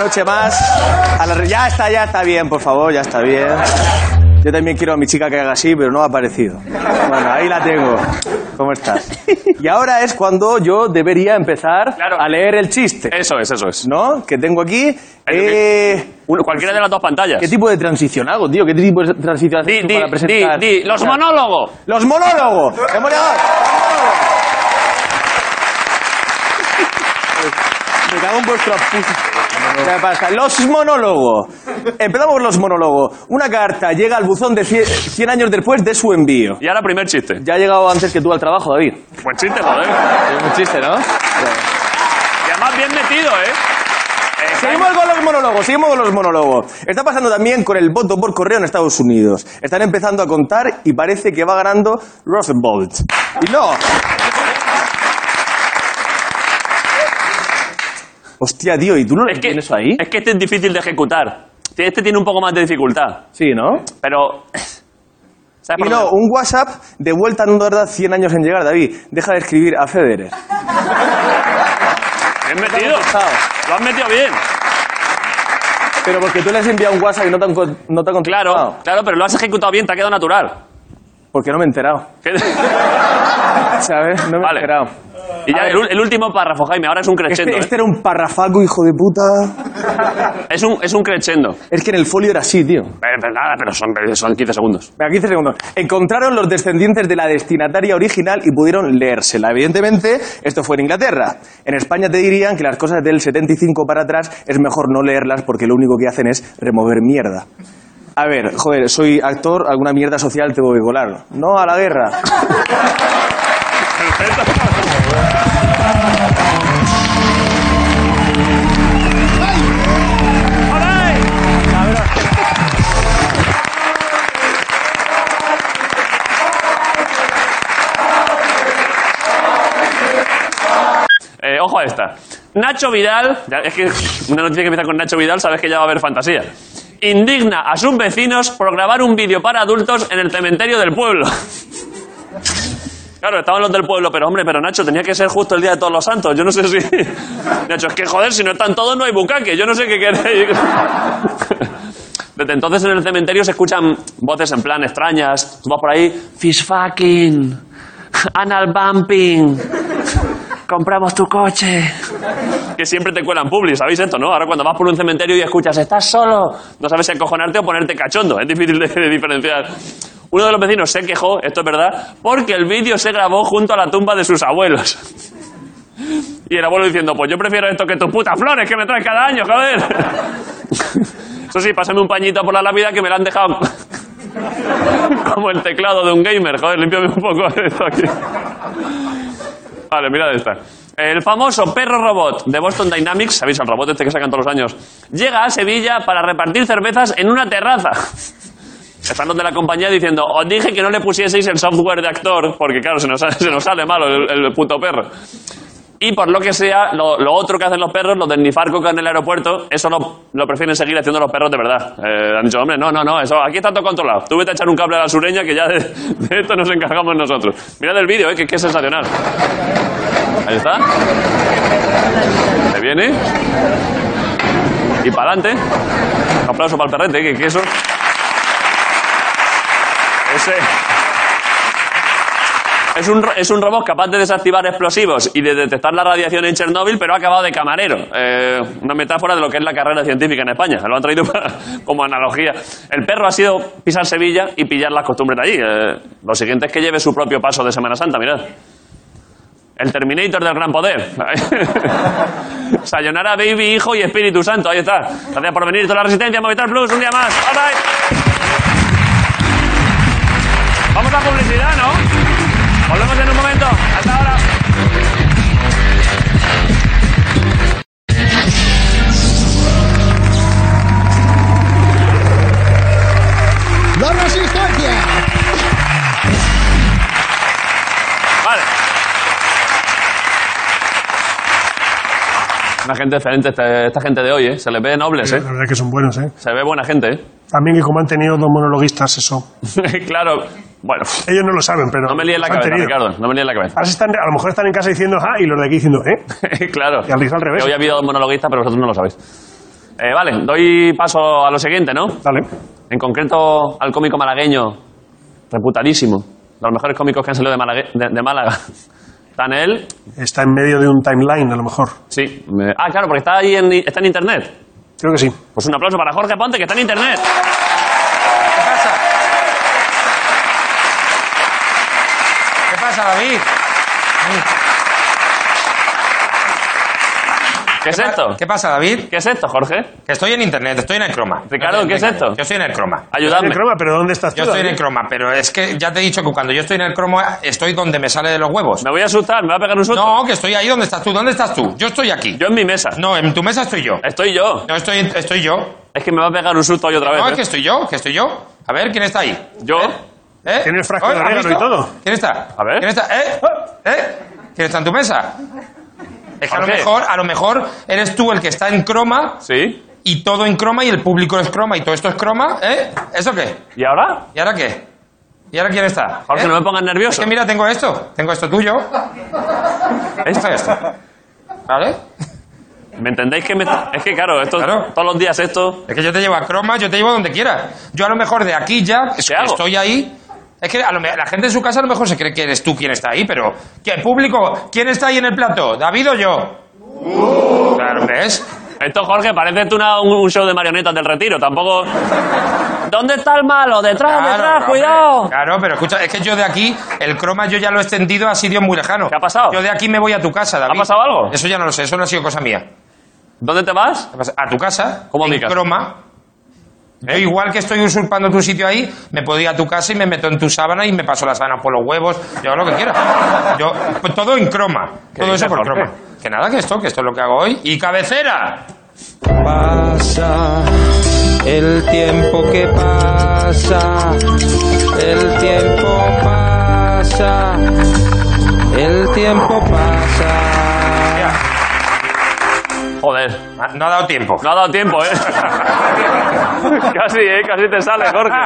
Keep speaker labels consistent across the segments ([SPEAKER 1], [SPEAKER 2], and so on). [SPEAKER 1] noche más. A la- Ya está, ya está bien, por favor, ya está bien. Yo también quiero a mi chica que haga así, pero no ha aparecido. Bueno, ahí la tengo. ¿Cómo estás? Y ahora es cuando yo debería empezar
[SPEAKER 2] Claro.
[SPEAKER 1] a leer el chiste,
[SPEAKER 2] Eso es, eso es.
[SPEAKER 1] ¿no? Que tengo aquí.
[SPEAKER 2] que-
[SPEAKER 1] Eh,
[SPEAKER 2] Uno- cualquiera de las dos pantallas.
[SPEAKER 1] ¿Qué tipo de transición hago, tío? ¿Qué tipo de transición haces
[SPEAKER 2] Di,
[SPEAKER 1] tú
[SPEAKER 2] di,
[SPEAKER 1] para presentar?
[SPEAKER 2] di, di, los monólogos.
[SPEAKER 1] ¡Los monólogos! ¡Hemos llegado! Me cago en vuestra puta. ¿Qué pasa? Los monólogos. Empezamos por los monólogos. Una carta llega al buzón de cie- 100 años después de su envío.
[SPEAKER 2] Y ahora primer chiste.
[SPEAKER 1] Ya ha llegado antes que tú al trabajo, David.
[SPEAKER 2] Buen chiste, joder.
[SPEAKER 1] Es un chiste, ¿no?
[SPEAKER 2] Y además bien metido, ¿eh? Eh,
[SPEAKER 1] Seguimos con los monólogos, seguimos con los monólogos. Está pasando también con el voto por correo en Estados Unidos. Están empezando a contar y parece que va ganando Rosenbolt. Y no. Hostia, tío, ¿y tú no lo
[SPEAKER 2] es que,
[SPEAKER 1] tienes eso ahí?
[SPEAKER 2] Es que este es difícil de ejecutar. Este tiene un poco más de dificultad.
[SPEAKER 1] Sí, ¿no?
[SPEAKER 2] Pero. ¿Sabes
[SPEAKER 1] Y
[SPEAKER 2] por
[SPEAKER 1] no,
[SPEAKER 2] dónde?
[SPEAKER 1] un WhatsApp de vuelta no tarda 100 años en llegar, David. Deja de escribir a Federer.
[SPEAKER 2] Bien metido.
[SPEAKER 1] contestado.
[SPEAKER 2] Lo has metido bien.
[SPEAKER 1] Pero porque tú le has enviado un WhatsApp y no te han, con- no te han
[SPEAKER 2] Claro,
[SPEAKER 1] contestado.
[SPEAKER 2] claro, pero lo has ejecutado bien, te ha quedado natural.
[SPEAKER 1] Porque no me he enterado,
[SPEAKER 2] Que-
[SPEAKER 1] ¿sabes? No me
[SPEAKER 2] Vale.
[SPEAKER 1] he enterado.
[SPEAKER 2] Y
[SPEAKER 1] A
[SPEAKER 2] ya
[SPEAKER 1] ver.
[SPEAKER 2] el, ul- el último párrafo, Jaime, ahora es un crescendo.
[SPEAKER 1] Este,
[SPEAKER 2] ¿eh?
[SPEAKER 1] este era un parrafaco, hijo de puta.
[SPEAKER 2] Es un, es un crescendo.
[SPEAKER 1] Es que en el folio era así, tío.
[SPEAKER 2] Pero, pero nada, pero son, pero son 15 segundos.
[SPEAKER 1] Venga, 15 segundos. Encontraron los descendientes de la destinataria original y pudieron leérsela. Evidentemente, esto fue en Inglaterra. En España te dirían que las cosas del 75 para atrás es mejor no leerlas porque lo único que hacen es remover mierda. A ver, joder, soy actor, alguna mierda social tengo que colar. No a la guerra.
[SPEAKER 2] Eh, ojo a esta. Nacho Vidal, ya- es que una noticia que empieza con Nacho Vidal, sabes que ya va a haber fantasía. Indigna a sus vecinos por grabar un vídeo para adultos en el cementerio del pueblo. Claro, estaban los del pueblo, pero hombre, pero Nacho, tenía que ser justo el día de todos los santos. Yo no sé si. Nacho, es que joder, si no están todos, no hay bucaque. Yo no sé qué queréis. Desde entonces en el cementerio se escuchan voces en plan extrañas. Tú vas por ahí, fish fucking, anal bumping, compramos tu coche. Que siempre te cuelan publi, ¿sabéis esto, no? Ahora cuando vas por un cementerio y escuchas, estás solo, no sabes si acojonarte o ponerte cachondo. Es difícil de, de diferenciar. Uno de los vecinos se quejó, esto es verdad, porque el vídeo se grabó junto a la tumba de sus abuelos. Y el abuelo diciendo, pues yo prefiero esto que tus putas flores que me traes cada año, joder. Eso sí, pásame un pañito por la lápida que me la han dejado como el teclado de un gamer. Joder, límpiame un poco esto aquí. Vale, mirad esta. El famoso perro robot de Boston Dynamics, ¿sabéis el robot este que sacan todos los años? Llega a Sevilla para repartir cervezas en una terraza. Están los de la compañía diciendo, os dije que no le pusieseis el software de actor, porque claro, se nos, sale- se nos sale malo el- el puto perro. Y por lo que sea, lo, lo otro que hacen los perros, lo de nifar coca en el aeropuerto, eso lo, lo prefieren seguir haciendo los perros de verdad. Eh, han dicho, hombre, no, no, no, eso aquí está todo controlado. Tú vete a echar un cable a la sureña que ya de, de esto nos encargamos nosotros. Mirad el vídeo, eh, que, que es sensacional. Ahí está. Se viene. Y para adelante. Un aplauso para el perrete, eh, que, que eso. Ese. Es un, ro- es un robot capaz de desactivar explosivos y de detectar la radiación en Chernóbil, pero ha acabado de camarero. Eh, una metáfora de lo que es la carrera científica en España. Lo han traído para- como analogía. El perro ha sido pisar Sevilla y pillar las costumbres de allí. Eh, lo siguiente es que lleve su propio paso de Semana Santa, mirad. El Terminator del Gran Poder. Sayonara, Baby, Hijo y Espíritu Santo. Ahí está. Gracias por venir. Toda la resistencia. Movistar Plus, un día más. All right. Vamos a publicidad, ¿no? Volvemos en un momento. Hasta ahora.
[SPEAKER 3] La resistencia.
[SPEAKER 2] Vale. Una gente excelente, este- esta gente de hoy, ¿eh? Se les ve nobles, ¿eh?
[SPEAKER 4] La verdad que son buenos, ¿eh?
[SPEAKER 2] Se ve buena gente, ¿eh?
[SPEAKER 4] También que como han tenido dos monologuistas, eso.
[SPEAKER 2] claro. Bueno, pf,
[SPEAKER 4] Ellos no lo saben, pero.
[SPEAKER 2] no me líes la
[SPEAKER 4] los han
[SPEAKER 2] cabeza,
[SPEAKER 4] tenido.
[SPEAKER 2] Ricardo. No me líes la cabeza.
[SPEAKER 4] Ahora se están, a lo mejor están en casa diciendo, ah, y los de aquí diciendo, eh.
[SPEAKER 2] claro.
[SPEAKER 4] Y al revés.
[SPEAKER 2] Que hoy ha habido dos monologuistas, pero vosotros no lo sabéis. Eh, vale, doy paso a lo siguiente, ¿no?
[SPEAKER 4] Dale.
[SPEAKER 2] En concreto al cómico malagueño, reputadísimo, de los mejores cómicos que han salido de, Malague- de- de Málaga. ¿Está en él?
[SPEAKER 4] Está en medio de un timeline, a lo mejor.
[SPEAKER 2] Sí. Me- Ah, claro, porque está ahí en, está en internet.
[SPEAKER 4] Creo que sí.
[SPEAKER 2] Pues un aplauso para Jorge Ponte, que está en internet.
[SPEAKER 5] ¿Qué pasa? ¿Qué pasa, David?
[SPEAKER 2] ¿Qué es esto?
[SPEAKER 5] ¿Qué pasa, David?
[SPEAKER 2] ¿Qué es esto, Jorge?
[SPEAKER 5] Que estoy en internet, estoy en el croma.
[SPEAKER 2] Ricardo, ¿qué
[SPEAKER 5] Yo estoy en
[SPEAKER 2] es
[SPEAKER 5] el croma.
[SPEAKER 2] esto?
[SPEAKER 5] Yo estoy en el croma.
[SPEAKER 2] Ayudadme.
[SPEAKER 4] Tiene croma, pero ¿dónde estás tú?
[SPEAKER 5] Yo estoy en
[SPEAKER 4] David?
[SPEAKER 5] el croma, pero es que ya te he dicho que cuando yo estoy en el croma estoy donde me sale de los huevos.
[SPEAKER 2] Me voy a asustar, me va a pegar un susto.
[SPEAKER 5] No, que estoy ahí donde estás tú. ¿Dónde estás tú? Yo estoy aquí.
[SPEAKER 2] Yo Eh. en mi mesa.
[SPEAKER 5] No, en tu mesa estoy yo.
[SPEAKER 2] Estoy yo.
[SPEAKER 5] No, estoy, estoy yo.
[SPEAKER 2] Es que me va a pegar un susto hoy otra vez.
[SPEAKER 5] No,
[SPEAKER 2] ¿eh?
[SPEAKER 5] es que estoy yo, que estoy yo. A ver, ¿quién está ahí?
[SPEAKER 2] Yo.
[SPEAKER 5] ¿Eh?
[SPEAKER 4] Tiene el frasco
[SPEAKER 5] ¿Eh?
[SPEAKER 4] de
[SPEAKER 5] ¿Has
[SPEAKER 4] orégano
[SPEAKER 5] visto?
[SPEAKER 4] y todo.
[SPEAKER 5] ¿Quién está?
[SPEAKER 2] A ver. Ah.
[SPEAKER 5] ¿Quién está? ¿Eh? ¿Eh? ¿Quién está en tu mesa? Es que a lo,
[SPEAKER 2] Jorge.
[SPEAKER 5] mejor, a lo mejor eres tú el que está en croma
[SPEAKER 2] Sí.
[SPEAKER 5] y todo en croma y el público es croma y todo esto es croma. ¿Eh? ¿Eso qué?
[SPEAKER 2] ¿Y ahora?
[SPEAKER 5] ¿Y ahora qué? ¿Y ahora quién está?
[SPEAKER 2] Jorge,
[SPEAKER 5] ¿Eh?
[SPEAKER 2] no me pongas
[SPEAKER 5] Es
[SPEAKER 2] nervioso.
[SPEAKER 5] que mira, tengo esto. Tengo esto tuyo. Esto esto. ¿Vale?
[SPEAKER 2] ¿Me entendéis que me... Es que claro, esto,
[SPEAKER 5] Claro.
[SPEAKER 2] todos los días esto...
[SPEAKER 5] Es que yo te llevo a croma, yo te llevo donde quiera. Yo a lo mejor de aquí ya, es que
[SPEAKER 2] hago?
[SPEAKER 5] estoy ahí. Es que a lo me- la gente en su casa a lo mejor se cree que eres tú quien está ahí, pero. ¿Qué público? ¿Quién está ahí en el plato? ¿David o yo? Claro, ¿ves?
[SPEAKER 2] Esto, Jorge, parece tú una- un, un show de marionetas del retiro. Tampoco... ¿Dónde está el malo? Detrás,
[SPEAKER 5] Claro,
[SPEAKER 2] detrás,
[SPEAKER 5] hombre.
[SPEAKER 2] cuidado.
[SPEAKER 5] Claro, pero escucha, es que yo de aquí, el croma yo ya lo he extendido a sitios muy lejanos.
[SPEAKER 2] ¿Qué ha pasado?
[SPEAKER 5] Yo de aquí me voy a tu casa, David.
[SPEAKER 2] pasado algo?
[SPEAKER 5] Eso ya no lo sé, eso no ha sido cosa mía.
[SPEAKER 2] ¿Dónde te vas?
[SPEAKER 5] ¿Qué pasa? A tu casa,
[SPEAKER 2] ¿Cómo a
[SPEAKER 5] en
[SPEAKER 2] mi casa? ¿Eh?
[SPEAKER 5] croma. Yo igual que estoy usurpando tu sitio ahí, me puedo ir a tu casa y me meto en tu sábana y me paso la sábana por los huevos, yo hago lo que quiera. Yo, pues todo en croma,
[SPEAKER 2] ¿Qué
[SPEAKER 5] todo
[SPEAKER 2] dices,
[SPEAKER 5] eso por
[SPEAKER 2] Jorge?
[SPEAKER 5] croma. Que nada, que esto, que esto es lo que hago hoy. ¡Y cabecera!
[SPEAKER 6] pasa, el tiempo que pasa, el tiempo pasa, el tiempo pasa.
[SPEAKER 2] Joder.
[SPEAKER 5] Ah, No ha dado tiempo.
[SPEAKER 2] No ha dado tiempo, ¿eh? casi, ¿eh? Casi te sale, Jorge.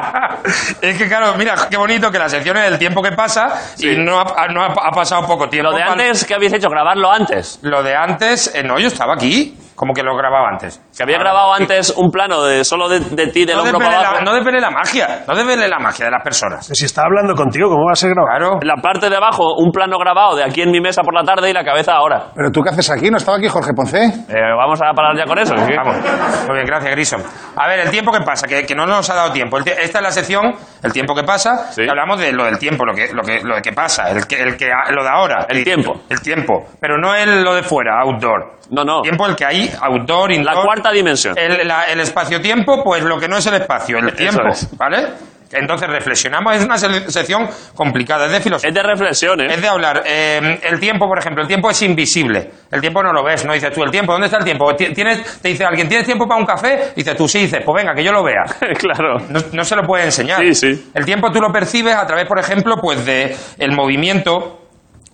[SPEAKER 5] Es que claro, mira, qué bonito que la sección es el tiempo que pasa y no ha, no ha- ha pasado poco tiempo.
[SPEAKER 2] Lo de
[SPEAKER 5] pal-
[SPEAKER 2] antes, ¿qué habéis hecho? Grabarlo antes.
[SPEAKER 5] Lo de antes, eh, no, yo estaba aquí, como que lo grababa antes.
[SPEAKER 2] Que había grabado antes un plano de solo de, de ti, del
[SPEAKER 5] No
[SPEAKER 2] hombro
[SPEAKER 5] depende,
[SPEAKER 2] para
[SPEAKER 5] la,
[SPEAKER 2] abajo.
[SPEAKER 5] no depele la magia, no depende la magia de las personas.
[SPEAKER 4] Si está hablando contigo, ¿cómo va a ser grabado?
[SPEAKER 5] Claro.
[SPEAKER 2] En la parte de abajo, un plano grabado de aquí en mi mesa por la tarde y la cabeza ahora.
[SPEAKER 7] ¿Pero tú qué haces aquí? ¿No estaba aquí Jorge Ponce?
[SPEAKER 2] Eh, vamos a parar ya con eso. ¿sí?
[SPEAKER 5] Vamos. Muy bien, gracias, Grison. A ver, el tiempo que pasa, que, que no nos ha dado tiempo. El tie- Esta es la sección, el tiempo que pasa,
[SPEAKER 2] Sí.
[SPEAKER 5] que hablamos de lo del tiempo, lo que, lo que, lo de que pasa, el que, el que, lo de ahora.
[SPEAKER 2] El tiempo.
[SPEAKER 5] El tiempo. Pero no el lo de fuera, outdoor.
[SPEAKER 2] No, no.
[SPEAKER 5] El tiempo el que hay, outdoor, indoor.
[SPEAKER 2] La cuarta dimensión.
[SPEAKER 5] El, la- el espacio-tiempo, pues lo que no es el espacio, el tiempo.
[SPEAKER 2] es.
[SPEAKER 5] ¿Vale? Entonces reflexionamos, es una se- sección complicada, es de filosofía.
[SPEAKER 2] Es de reflexión, ¿eh?
[SPEAKER 5] Es de hablar. eh, el tiempo, por ejemplo, el tiempo es invisible. El tiempo no lo ves, no dices tú el tiempo. ¿Dónde está el tiempo? Ti- ¿Tienes, te dice alguien, ¿tienes tiempo para un café? Dices tú sí, dices, pues venga, que yo lo vea.
[SPEAKER 2] claro.
[SPEAKER 5] No, no se lo puede enseñar.
[SPEAKER 2] Sí, sí.
[SPEAKER 5] El tiempo tú lo percibes a través, por ejemplo, pues de el movimiento.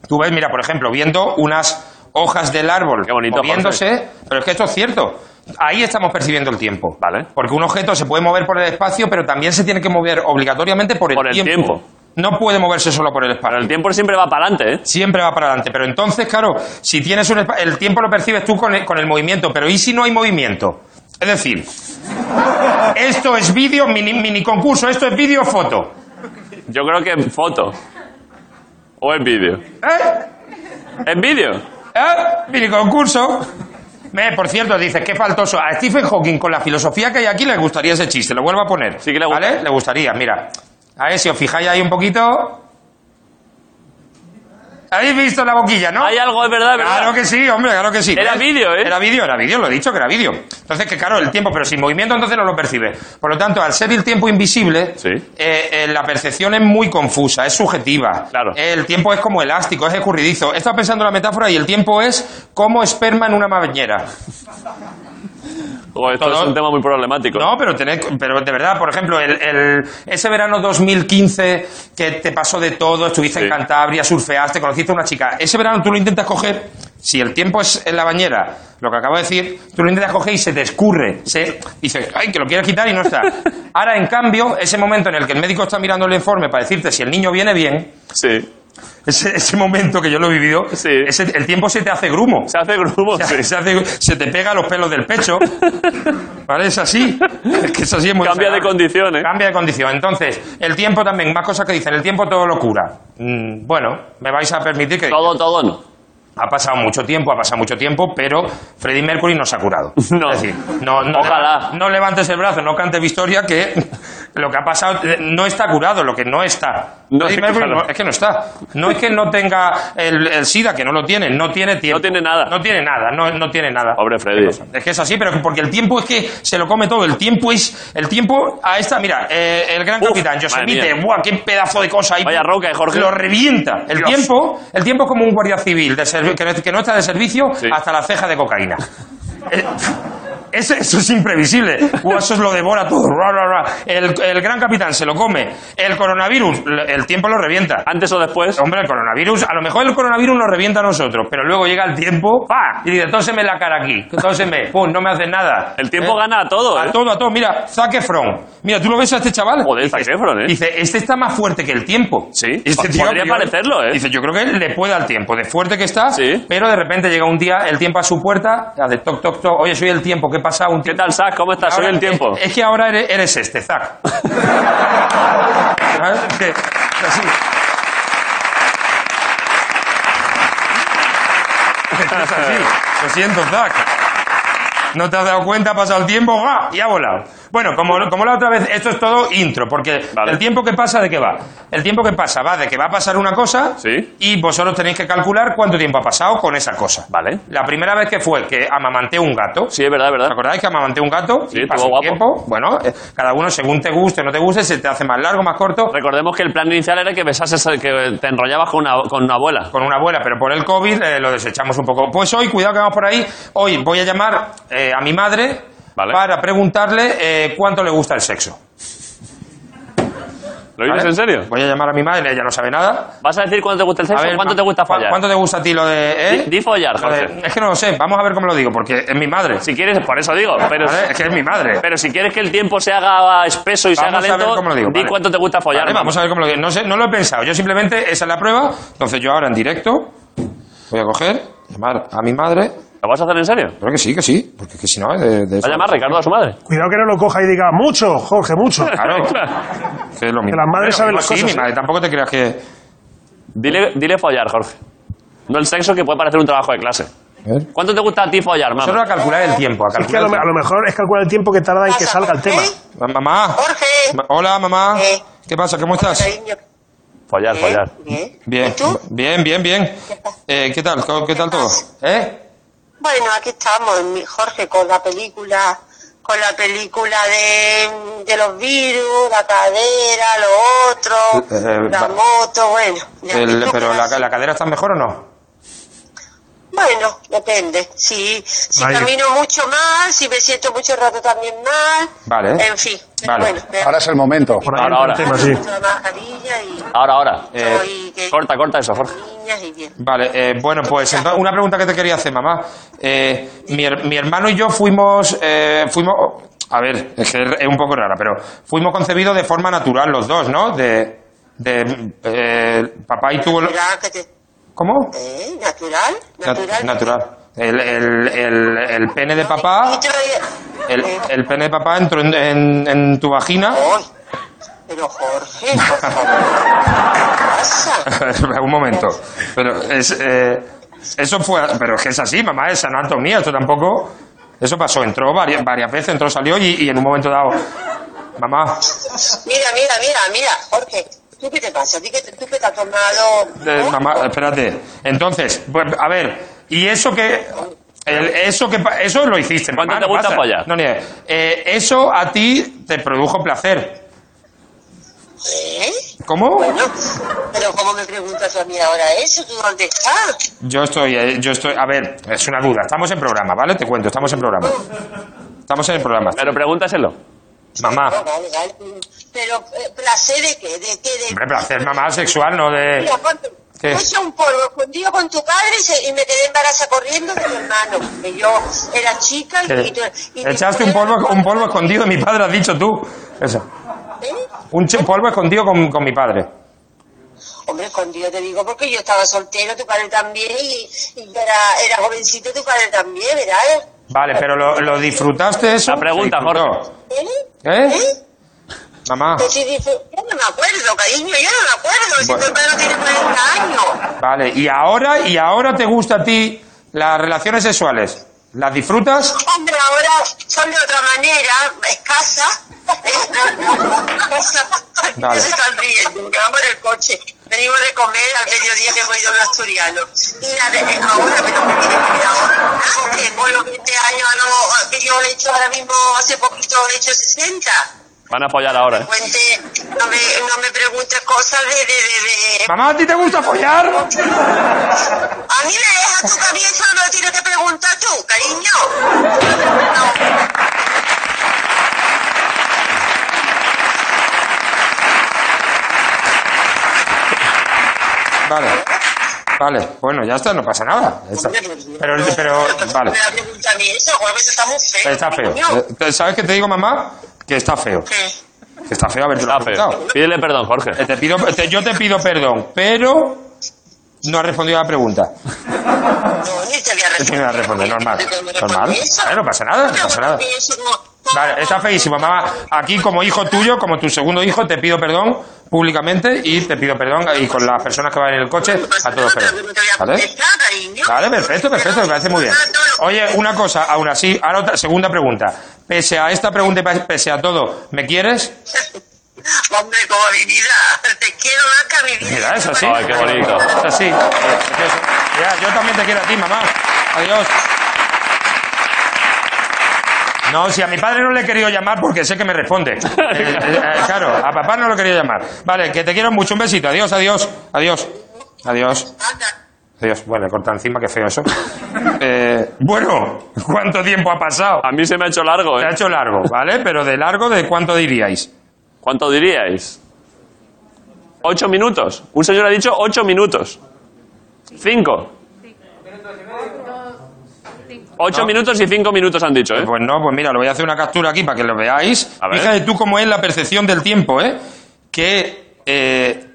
[SPEAKER 5] Tú ves, mira, por ejemplo, viendo unas hojas del árbol
[SPEAKER 2] Qué bonito,
[SPEAKER 5] moviéndose, pero es que esto es cierto. Ahí estamos percibiendo el tiempo.
[SPEAKER 2] Vale.
[SPEAKER 5] Porque un objeto se puede mover por el espacio, pero también se tiene que mover obligatoriamente por el,
[SPEAKER 2] Por el tiempo.
[SPEAKER 5] No puede moverse solo por el espacio.
[SPEAKER 2] Pero el tiempo siempre va para adelante, ¿eh?
[SPEAKER 5] Siempre va para adelante. Pero entonces, claro, si tienes un espa- el tiempo lo percibes tú con el, con el movimiento, pero ¿y si no hay movimiento? Es decir, esto es vídeo, mini, mini concurso, esto es vídeo, foto.
[SPEAKER 2] Yo creo que en foto. O en vídeo.
[SPEAKER 5] ¿Eh?
[SPEAKER 2] ¿En vídeo?
[SPEAKER 5] ¿Eh? Mini concurso. Me, por cierto, dices, qué faltoso. A Stephen Hawking, con la filosofía que hay aquí, le gustaría ese chiste. Lo vuelvo a poner.
[SPEAKER 2] Sí que le gusta.
[SPEAKER 5] ¿Vale? Le gustaría, mira. A ver si os fijáis ahí un poquito. ¿Habéis visto la boquilla, no?
[SPEAKER 2] Hay algo, es verdad, es verdad.
[SPEAKER 5] Claro que sí, hombre, claro que sí.
[SPEAKER 2] Era
[SPEAKER 5] ¿Ves?
[SPEAKER 2] vídeo, ¿eh?
[SPEAKER 5] Era vídeo, era vídeo, lo he dicho que era vídeo. Entonces, que claro, el tiempo, pero sin movimiento entonces no lo percibe. Por lo tanto, al ser el tiempo invisible,
[SPEAKER 2] Sí.
[SPEAKER 5] eh, eh, la percepción es muy confusa, es subjetiva.
[SPEAKER 2] Claro.
[SPEAKER 5] Eh, el tiempo es como elástico, es escurridizo. He estado pensando en la metáfora y el tiempo es como esperma en una bañera.
[SPEAKER 2] O esto
[SPEAKER 5] Todo-
[SPEAKER 2] es un tema muy problemático.
[SPEAKER 5] No, pero, tened- pero de verdad, por ejemplo, el, el- ese verano 2015 que te pasó de todo, estuviste
[SPEAKER 2] Sí.
[SPEAKER 5] en Cantabria, surfeaste, conociste a una chica, ese verano tú lo intentas coger, si el tiempo es en la bañera, lo que acabo de decir, tú lo intentas coger y se te escurre, se, dices, ay, que lo quieres quitar y no está. Ahora, en cambio, ese momento en el que el médico está mirando el informe para decirte si el niño viene bien,
[SPEAKER 2] Sí.
[SPEAKER 5] Ese, ese momento que yo lo he vivido,
[SPEAKER 2] Sí.
[SPEAKER 5] ese- el tiempo se te hace grumo.
[SPEAKER 2] Se hace grumo,
[SPEAKER 5] O sea,
[SPEAKER 2] sí.
[SPEAKER 5] se, hace- se te pega los pelos del pecho. ¿Vale? Es así. Es que es así. es muy
[SPEAKER 2] Cambia de
[SPEAKER 5] desagradable.
[SPEAKER 2] condición, ¿eh?
[SPEAKER 5] Cambia de condición. Entonces, el tiempo también, más cosas que dicen, el tiempo todo lo cura. Mm, bueno, me vais a permitir que...
[SPEAKER 2] Todo, todo no.
[SPEAKER 5] Ha pasado mucho tiempo, ha pasado mucho tiempo, pero Freddie Mercury nos ha curado.
[SPEAKER 2] No.
[SPEAKER 5] Es decir, no, no,
[SPEAKER 2] Ojalá.
[SPEAKER 5] No levantes el brazo, no cantes Victoria, que lo que ha pasado eh, no está curado, lo que no está.
[SPEAKER 2] No,
[SPEAKER 5] Freddie
[SPEAKER 2] sí,
[SPEAKER 5] Mercury
[SPEAKER 2] claro.
[SPEAKER 5] no- es que no está. No es que no tenga el, el SIDA, que no lo tiene, no tiene tiempo.
[SPEAKER 2] No tiene nada.
[SPEAKER 5] No tiene nada, no, no tiene nada.
[SPEAKER 2] Pobre Freddy.
[SPEAKER 5] Pues, Es que es así, pero porque el tiempo es que se lo come todo. El tiempo es. El tiempo a esta. Mira, eh, el gran
[SPEAKER 2] Uf,
[SPEAKER 5] capitán,
[SPEAKER 2] madre
[SPEAKER 5] Yosemite.
[SPEAKER 2] mía.
[SPEAKER 5] ¡Buah, qué pedazo de cosa! ahí!
[SPEAKER 2] Vaya roca, eh, Jorge.
[SPEAKER 5] Lo revienta. El
[SPEAKER 2] Dios.
[SPEAKER 5] tiempo el tiempo es como un guardia civil de servi- que, no, que no está de servicio
[SPEAKER 2] Sí.
[SPEAKER 5] hasta la ceja de cocaína. Eh, Eso, eso es imprevisible. Buah, Eso es lo devora todo. Ra, ra, ra. El, el gran capitán se lo come. El coronavirus, l- el tiempo lo revienta.
[SPEAKER 2] Antes o después.
[SPEAKER 5] Hombre, el coronavirus, a lo mejor el coronavirus nos revienta a nosotros, pero luego llega el tiempo, ¡pa! Y dice, tóseme la cara aquí, tóseme, pum, no me hace nada.
[SPEAKER 2] El tiempo gana a todo, ¿eh?
[SPEAKER 5] A todo, a todo. Mira, Zac Efron. Mira, tú lo ves a este chaval.
[SPEAKER 2] Joder,
[SPEAKER 5] Dices,
[SPEAKER 2] Zac Efron, ¿eh?
[SPEAKER 5] Dice, este está más fuerte que el tiempo.
[SPEAKER 2] Sí,
[SPEAKER 5] Este
[SPEAKER 2] po- podría
[SPEAKER 5] que yo-
[SPEAKER 2] parecerlo, ¿eh?
[SPEAKER 5] Dice, yo creo que le puede al tiempo, de fuerte que está,
[SPEAKER 2] Sí.
[SPEAKER 5] pero de repente llega un día, el tiempo a su puerta, hace toc, toc, toc, oye, soy el tiempo, ¿qué pasa? Un
[SPEAKER 2] ¿Qué
[SPEAKER 5] tiempo
[SPEAKER 2] tal, Sac? ¿Cómo estás? Soy
[SPEAKER 5] Ahora,
[SPEAKER 2] Ah,
[SPEAKER 5] eh,
[SPEAKER 2] el tiempo.
[SPEAKER 5] Es, es que ahora eres, eres este, Zac. ¿Sabes? Es que- es así. Es que es así. Lo siento, Zac. No te has dado cuenta, ha pasado el tiempo, ¡ga! Y ha volado. Bueno, como, como la otra vez, esto es todo intro, porque
[SPEAKER 2] Vale.
[SPEAKER 5] el tiempo que pasa, ¿de qué va? El tiempo que pasa va de que va a pasar una cosa
[SPEAKER 2] Sí.
[SPEAKER 5] y vosotros tenéis que calcular cuánto tiempo ha pasado con esa cosa.
[SPEAKER 2] Vale.
[SPEAKER 5] La primera vez que fue que amamanté un gato,
[SPEAKER 2] Sí, es verdad, es
[SPEAKER 5] ¿Os
[SPEAKER 2] verdad.
[SPEAKER 5] acordáis que amamanté un gato?
[SPEAKER 2] Sí,
[SPEAKER 5] Y
[SPEAKER 2] estuvo
[SPEAKER 5] pasó el
[SPEAKER 2] guapo.
[SPEAKER 5] tiempo. Bueno, eh, cada uno según te guste o no te guste, se te hace más largo, más corto,
[SPEAKER 2] Recordemos que el plan inicial era que besases, al- que te enrollabas con una, con una abuela.
[SPEAKER 5] con una abuela, pero por el COVID eh, lo desechamos un poco. Pues hoy, cuidado que vamos por ahí, hoy voy a llamar eh, a mi madre
[SPEAKER 2] Vale.
[SPEAKER 5] para preguntarle eh, cuánto le gusta el sexo.
[SPEAKER 2] ¿Lo dices
[SPEAKER 5] ¿vale?
[SPEAKER 2] en serio?
[SPEAKER 5] Voy a llamar a mi madre, ella no sabe nada.
[SPEAKER 2] ¿Vas a decir cuánto te gusta el
[SPEAKER 5] A
[SPEAKER 2] sexo?
[SPEAKER 5] ver,
[SPEAKER 2] ¿Cuánto
[SPEAKER 5] pa-
[SPEAKER 2] te gusta
[SPEAKER 5] pa-
[SPEAKER 2] follar?
[SPEAKER 5] ¿Cuánto te gusta a ti lo de...? eh?
[SPEAKER 2] Di- di follar,
[SPEAKER 5] Lo de-
[SPEAKER 2] Jorge.
[SPEAKER 5] es que no lo sé, vamos a ver cómo lo digo, porque es mi madre.
[SPEAKER 2] Si quieres, por eso digo. Pero,
[SPEAKER 5] ¿vale? Es que es mi madre.
[SPEAKER 2] pero si quieres que el tiempo se haga espeso y se haga
[SPEAKER 5] Vamos a ver
[SPEAKER 2] lento,
[SPEAKER 5] cómo lo digo,
[SPEAKER 2] di
[SPEAKER 5] vale.
[SPEAKER 2] cuánto te gusta follar.
[SPEAKER 5] Vale,
[SPEAKER 2] mamá.
[SPEAKER 5] vamos a ver cómo lo digo. No, sé, no lo he pensado. Yo simplemente, esa es la prueba. Entonces yo ahora en directo voy a coger, llamar a mi madre.
[SPEAKER 2] ¿Lo vas a hacer en serio?
[SPEAKER 5] Creo que sí, que sí. Porque es que si no, es de, de
[SPEAKER 2] Va a llamar Ricardo a su madre.
[SPEAKER 4] Cuidado que no lo coja y diga, mucho, Jorge, mucho.
[SPEAKER 5] Claro. que es lo mismo.
[SPEAKER 4] las madres saben
[SPEAKER 5] digo,
[SPEAKER 4] las
[SPEAKER 5] sí,
[SPEAKER 4] cosas,
[SPEAKER 5] mi
[SPEAKER 4] ¿eh?
[SPEAKER 5] madre, tampoco te creas que...
[SPEAKER 2] Dile, dile follar, Jorge. No el sexo que puede parecer un trabajo de clase.
[SPEAKER 5] A ver.
[SPEAKER 2] ¿Cuánto te gusta a ti follar, mamá?
[SPEAKER 5] Solo a calcular el tiempo. A
[SPEAKER 4] Es que a
[SPEAKER 5] calcular
[SPEAKER 4] lo,
[SPEAKER 5] el
[SPEAKER 4] a lo mejor es calcular el tiempo que tarda en que salga
[SPEAKER 8] ¿eh?
[SPEAKER 4] el tema.
[SPEAKER 5] tiempo. Ma- Mamá.
[SPEAKER 8] Jorge.
[SPEAKER 5] Ma- Hola, mamá.
[SPEAKER 8] Eh.
[SPEAKER 5] ¿Qué pasa? ¿Cómo estás?
[SPEAKER 8] Cariño,
[SPEAKER 2] Follar,
[SPEAKER 8] ¿eh?
[SPEAKER 2] follar.
[SPEAKER 8] ¿Eh?
[SPEAKER 5] Bien,
[SPEAKER 8] ¿Y tú?
[SPEAKER 5] bien, bien, bien. Eh, ¿Qué tal? ¿Qué tal todo? ¿Eh?
[SPEAKER 8] Bueno, aquí estamos, mi- Jorge, con la película, con la película de, de los virus, la cadera, lo otro,
[SPEAKER 5] Eh, eh,
[SPEAKER 8] la
[SPEAKER 5] va-
[SPEAKER 8] moto, bueno. ya,
[SPEAKER 5] El-
[SPEAKER 8] ¿y tú
[SPEAKER 5] pero
[SPEAKER 8] qué
[SPEAKER 5] la,
[SPEAKER 8] haces?
[SPEAKER 5] la cadera está mejor o no?
[SPEAKER 8] Bueno, depende. Si, si
[SPEAKER 4] Vaya.
[SPEAKER 8] camino mucho mal, si me siento mucho rato también mal.
[SPEAKER 5] Vale.
[SPEAKER 8] En fin. pero
[SPEAKER 5] Vale.
[SPEAKER 8] Bueno, me
[SPEAKER 7] Ahora es el momento.
[SPEAKER 4] Por ahí
[SPEAKER 2] Ahora,
[SPEAKER 4] entra
[SPEAKER 2] ahora.
[SPEAKER 4] el tema, sí.
[SPEAKER 8] la mascarilla y...
[SPEAKER 2] Ahora, ahora.
[SPEAKER 5] Eh,
[SPEAKER 8] soy gay.
[SPEAKER 2] corta, corta eso, Jorge.
[SPEAKER 8] Niñas y bien.
[SPEAKER 5] Vale, eh, bueno, pues entonces, una pregunta que te quería hacer, mamá. Eh, mi, her- mi hermano y yo fuimos, eh, fuimos, a ver, es que es un poco rara, pero fuimos concebidos de forma natural los dos, ¿no? De, de eh, papá y tú.
[SPEAKER 8] Natural, que te-
[SPEAKER 5] ¿Cómo?
[SPEAKER 8] ¿eh? Natural,
[SPEAKER 5] Nat-
[SPEAKER 8] natural.
[SPEAKER 5] Natural. El, el, el, el pene de papá,
[SPEAKER 8] Litro de-
[SPEAKER 5] el,
[SPEAKER 8] Eh,
[SPEAKER 5] el pene de papá entró en, en- en tu vagina.
[SPEAKER 8] Ay, pero Jorge, por favor, ¿qué pasa?
[SPEAKER 5] un momento. Pero es, eh, eso fue. Pero es que es así, mamá, es anatomía, esto tampoco. Eso pasó, entró varias, varias veces, entró, salió y, y en un momento dado. Mamá,
[SPEAKER 8] Mira, mira, mira, mira, Jorge, ¿tú qué te pasa? Di que te- ¿Tú qué te has tomado?
[SPEAKER 5] eh,
[SPEAKER 8] ¿no?
[SPEAKER 5] mamá, espérate. Entonces, pues, a ver, y eso que. el- eso que pa- eso lo hiciste,
[SPEAKER 2] ¿Cuánto
[SPEAKER 5] mamá,
[SPEAKER 2] te
[SPEAKER 5] no
[SPEAKER 2] gusta
[SPEAKER 5] pasa.
[SPEAKER 2] follar?
[SPEAKER 5] No, ni- eh, eso a ti te produjo placer.
[SPEAKER 8] ¿Eh?
[SPEAKER 5] ¿Cómo?
[SPEAKER 8] Bueno, pero ¿cómo me preguntas tú a mí ahora eso? ¿Tú dónde estás?
[SPEAKER 5] Yo estoy, eh, yo estoy. A ver, es una duda. Estamos en programa, ¿vale? Te cuento, estamos en programa. Estamos en el programa.
[SPEAKER 2] Pero pregúntaselo.
[SPEAKER 5] Mamá.
[SPEAKER 8] No, Ah, vale, vale. Pero, eh, ¿placer de qué? ¿De qué? De...
[SPEAKER 5] Hombre, placer mamá sexual, no de...
[SPEAKER 8] Mira, Jorge,
[SPEAKER 5] ¿Qué?
[SPEAKER 8] puse un polvo escondido con tu padre y, se- y me quedé embarazada corriendo de mi hermano. porque yo era chica y... y tú- y te-
[SPEAKER 5] Echaste un polvo, un polvo escondido de mi padre, has dicho tú. Eso.
[SPEAKER 8] ¿Eh?
[SPEAKER 5] Un ch- polvo escondido con, con mi padre.
[SPEAKER 8] hombre, escondido te digo, porque yo estaba soltero, tu padre también, y, y yo era, era jovencito, tu padre también, ¿verdad?
[SPEAKER 5] Vale, pero ¿lo, lo disfrutaste eso?
[SPEAKER 2] La pregunta,
[SPEAKER 5] Se disfrutó.
[SPEAKER 8] ¿Eh?
[SPEAKER 5] ¿Eh? Mamá.
[SPEAKER 8] Pues si dice, yo no me acuerdo, cariño, yo no me acuerdo, si
[SPEAKER 5] Bueno.
[SPEAKER 8] tu hermano tiene 40 años.
[SPEAKER 5] Vale, ¿y ahora, y ahora te gusta a ti las relaciones sexuales? ¿Las disfrutas?
[SPEAKER 8] Hombre, ahora son de otra manera, escasa. Escasa.
[SPEAKER 5] Vale.
[SPEAKER 8] Se están riendo, que vamos en el coche. Venimos de comer al mediodía que hemos ido a un asturiano. Y la de eh, ahora, pero me tiene que ir ahora. Antes, con los 20 años, no, ah, que yo he hecho ahora mismo, hace poquito he hecho 60.
[SPEAKER 2] Van a follar ahora. ¿eh?
[SPEAKER 8] Cuente, no me, no me preguntes cosas de, de, de, de-
[SPEAKER 5] Mamá, ¿a ti te gusta follar?
[SPEAKER 8] A mí me deja tu cabeza, no me tienes que preguntar tú, cariño. No.
[SPEAKER 5] Vale. Vale, bueno, ya está, no pasa nada. Ya está. Pero, pero, vale,
[SPEAKER 8] Me la pregunta a mí eso, joder, eso está muy feo.
[SPEAKER 5] está feo.
[SPEAKER 8] coño.
[SPEAKER 5] Eh, ¿Sabes qué te digo, mamá? Que está feo.
[SPEAKER 8] Sí.
[SPEAKER 5] Que está feo haberte
[SPEAKER 2] Está
[SPEAKER 5] lo
[SPEAKER 2] feo.
[SPEAKER 5] preguntado.
[SPEAKER 2] Pídele perdón, Jorge.
[SPEAKER 5] Eh, Te pido, te- yo te pido perdón, pero no has respondido a la pregunta.
[SPEAKER 8] No, ni te voy a
[SPEAKER 5] Es que me la responde, normal.
[SPEAKER 8] Ni te voy a responder
[SPEAKER 5] Normal.
[SPEAKER 8] eso.
[SPEAKER 5] Vale, no pasa nada, no pasa nada.
[SPEAKER 8] Eso no.
[SPEAKER 5] Vale, está feísimo, mamá. Aquí, como hijo tuyo, como tu segundo hijo, te pido perdón públicamente y te pido perdón y con las personas que van en el coche, a todos perdón. ¿Vale? Vale, perfecto, perfecto, me parece muy bien. Oye, una cosa, aún así, ahora otra, segunda pregunta. Pese a esta pregunta y pa- pese a todo, ¿me quieres?
[SPEAKER 8] Hombre, como mi vida, te quiero más que a mi vida.
[SPEAKER 5] Mira, eso sí.
[SPEAKER 2] Ay, qué bonito.
[SPEAKER 5] Eso sí. Mira, yo también te quiero a ti, mamá. Adiós. No, si a mi padre no le he querido llamar porque sé que me responde. Eh, eh, eh, claro, a papá no lo quería llamar. Vale, que te quiero mucho. Un besito. Adiós, adiós, adiós. Adiós.
[SPEAKER 8] Anda.
[SPEAKER 5] Adiós. Bueno, corta encima, qué feo eso. Eh, bueno, ¿cuánto tiempo ha pasado?
[SPEAKER 2] A mí se me ha hecho largo,
[SPEAKER 5] Se ha
[SPEAKER 2] ¿eh?
[SPEAKER 5] hecho largo, ¿vale? Pero de largo, ¿de cuánto diríais?
[SPEAKER 2] ¿Cuánto diríais? Ocho minutos. Un señor ha dicho ocho minutos. Cinco. Ocho minutos y cinco minutos han dicho, ¿eh?
[SPEAKER 5] Pues no, pues mira, lo voy a hacer una captura aquí para que lo veáis.
[SPEAKER 2] A ver.
[SPEAKER 5] Fíjate tú cómo es la percepción del tiempo, ¿eh? Que eh,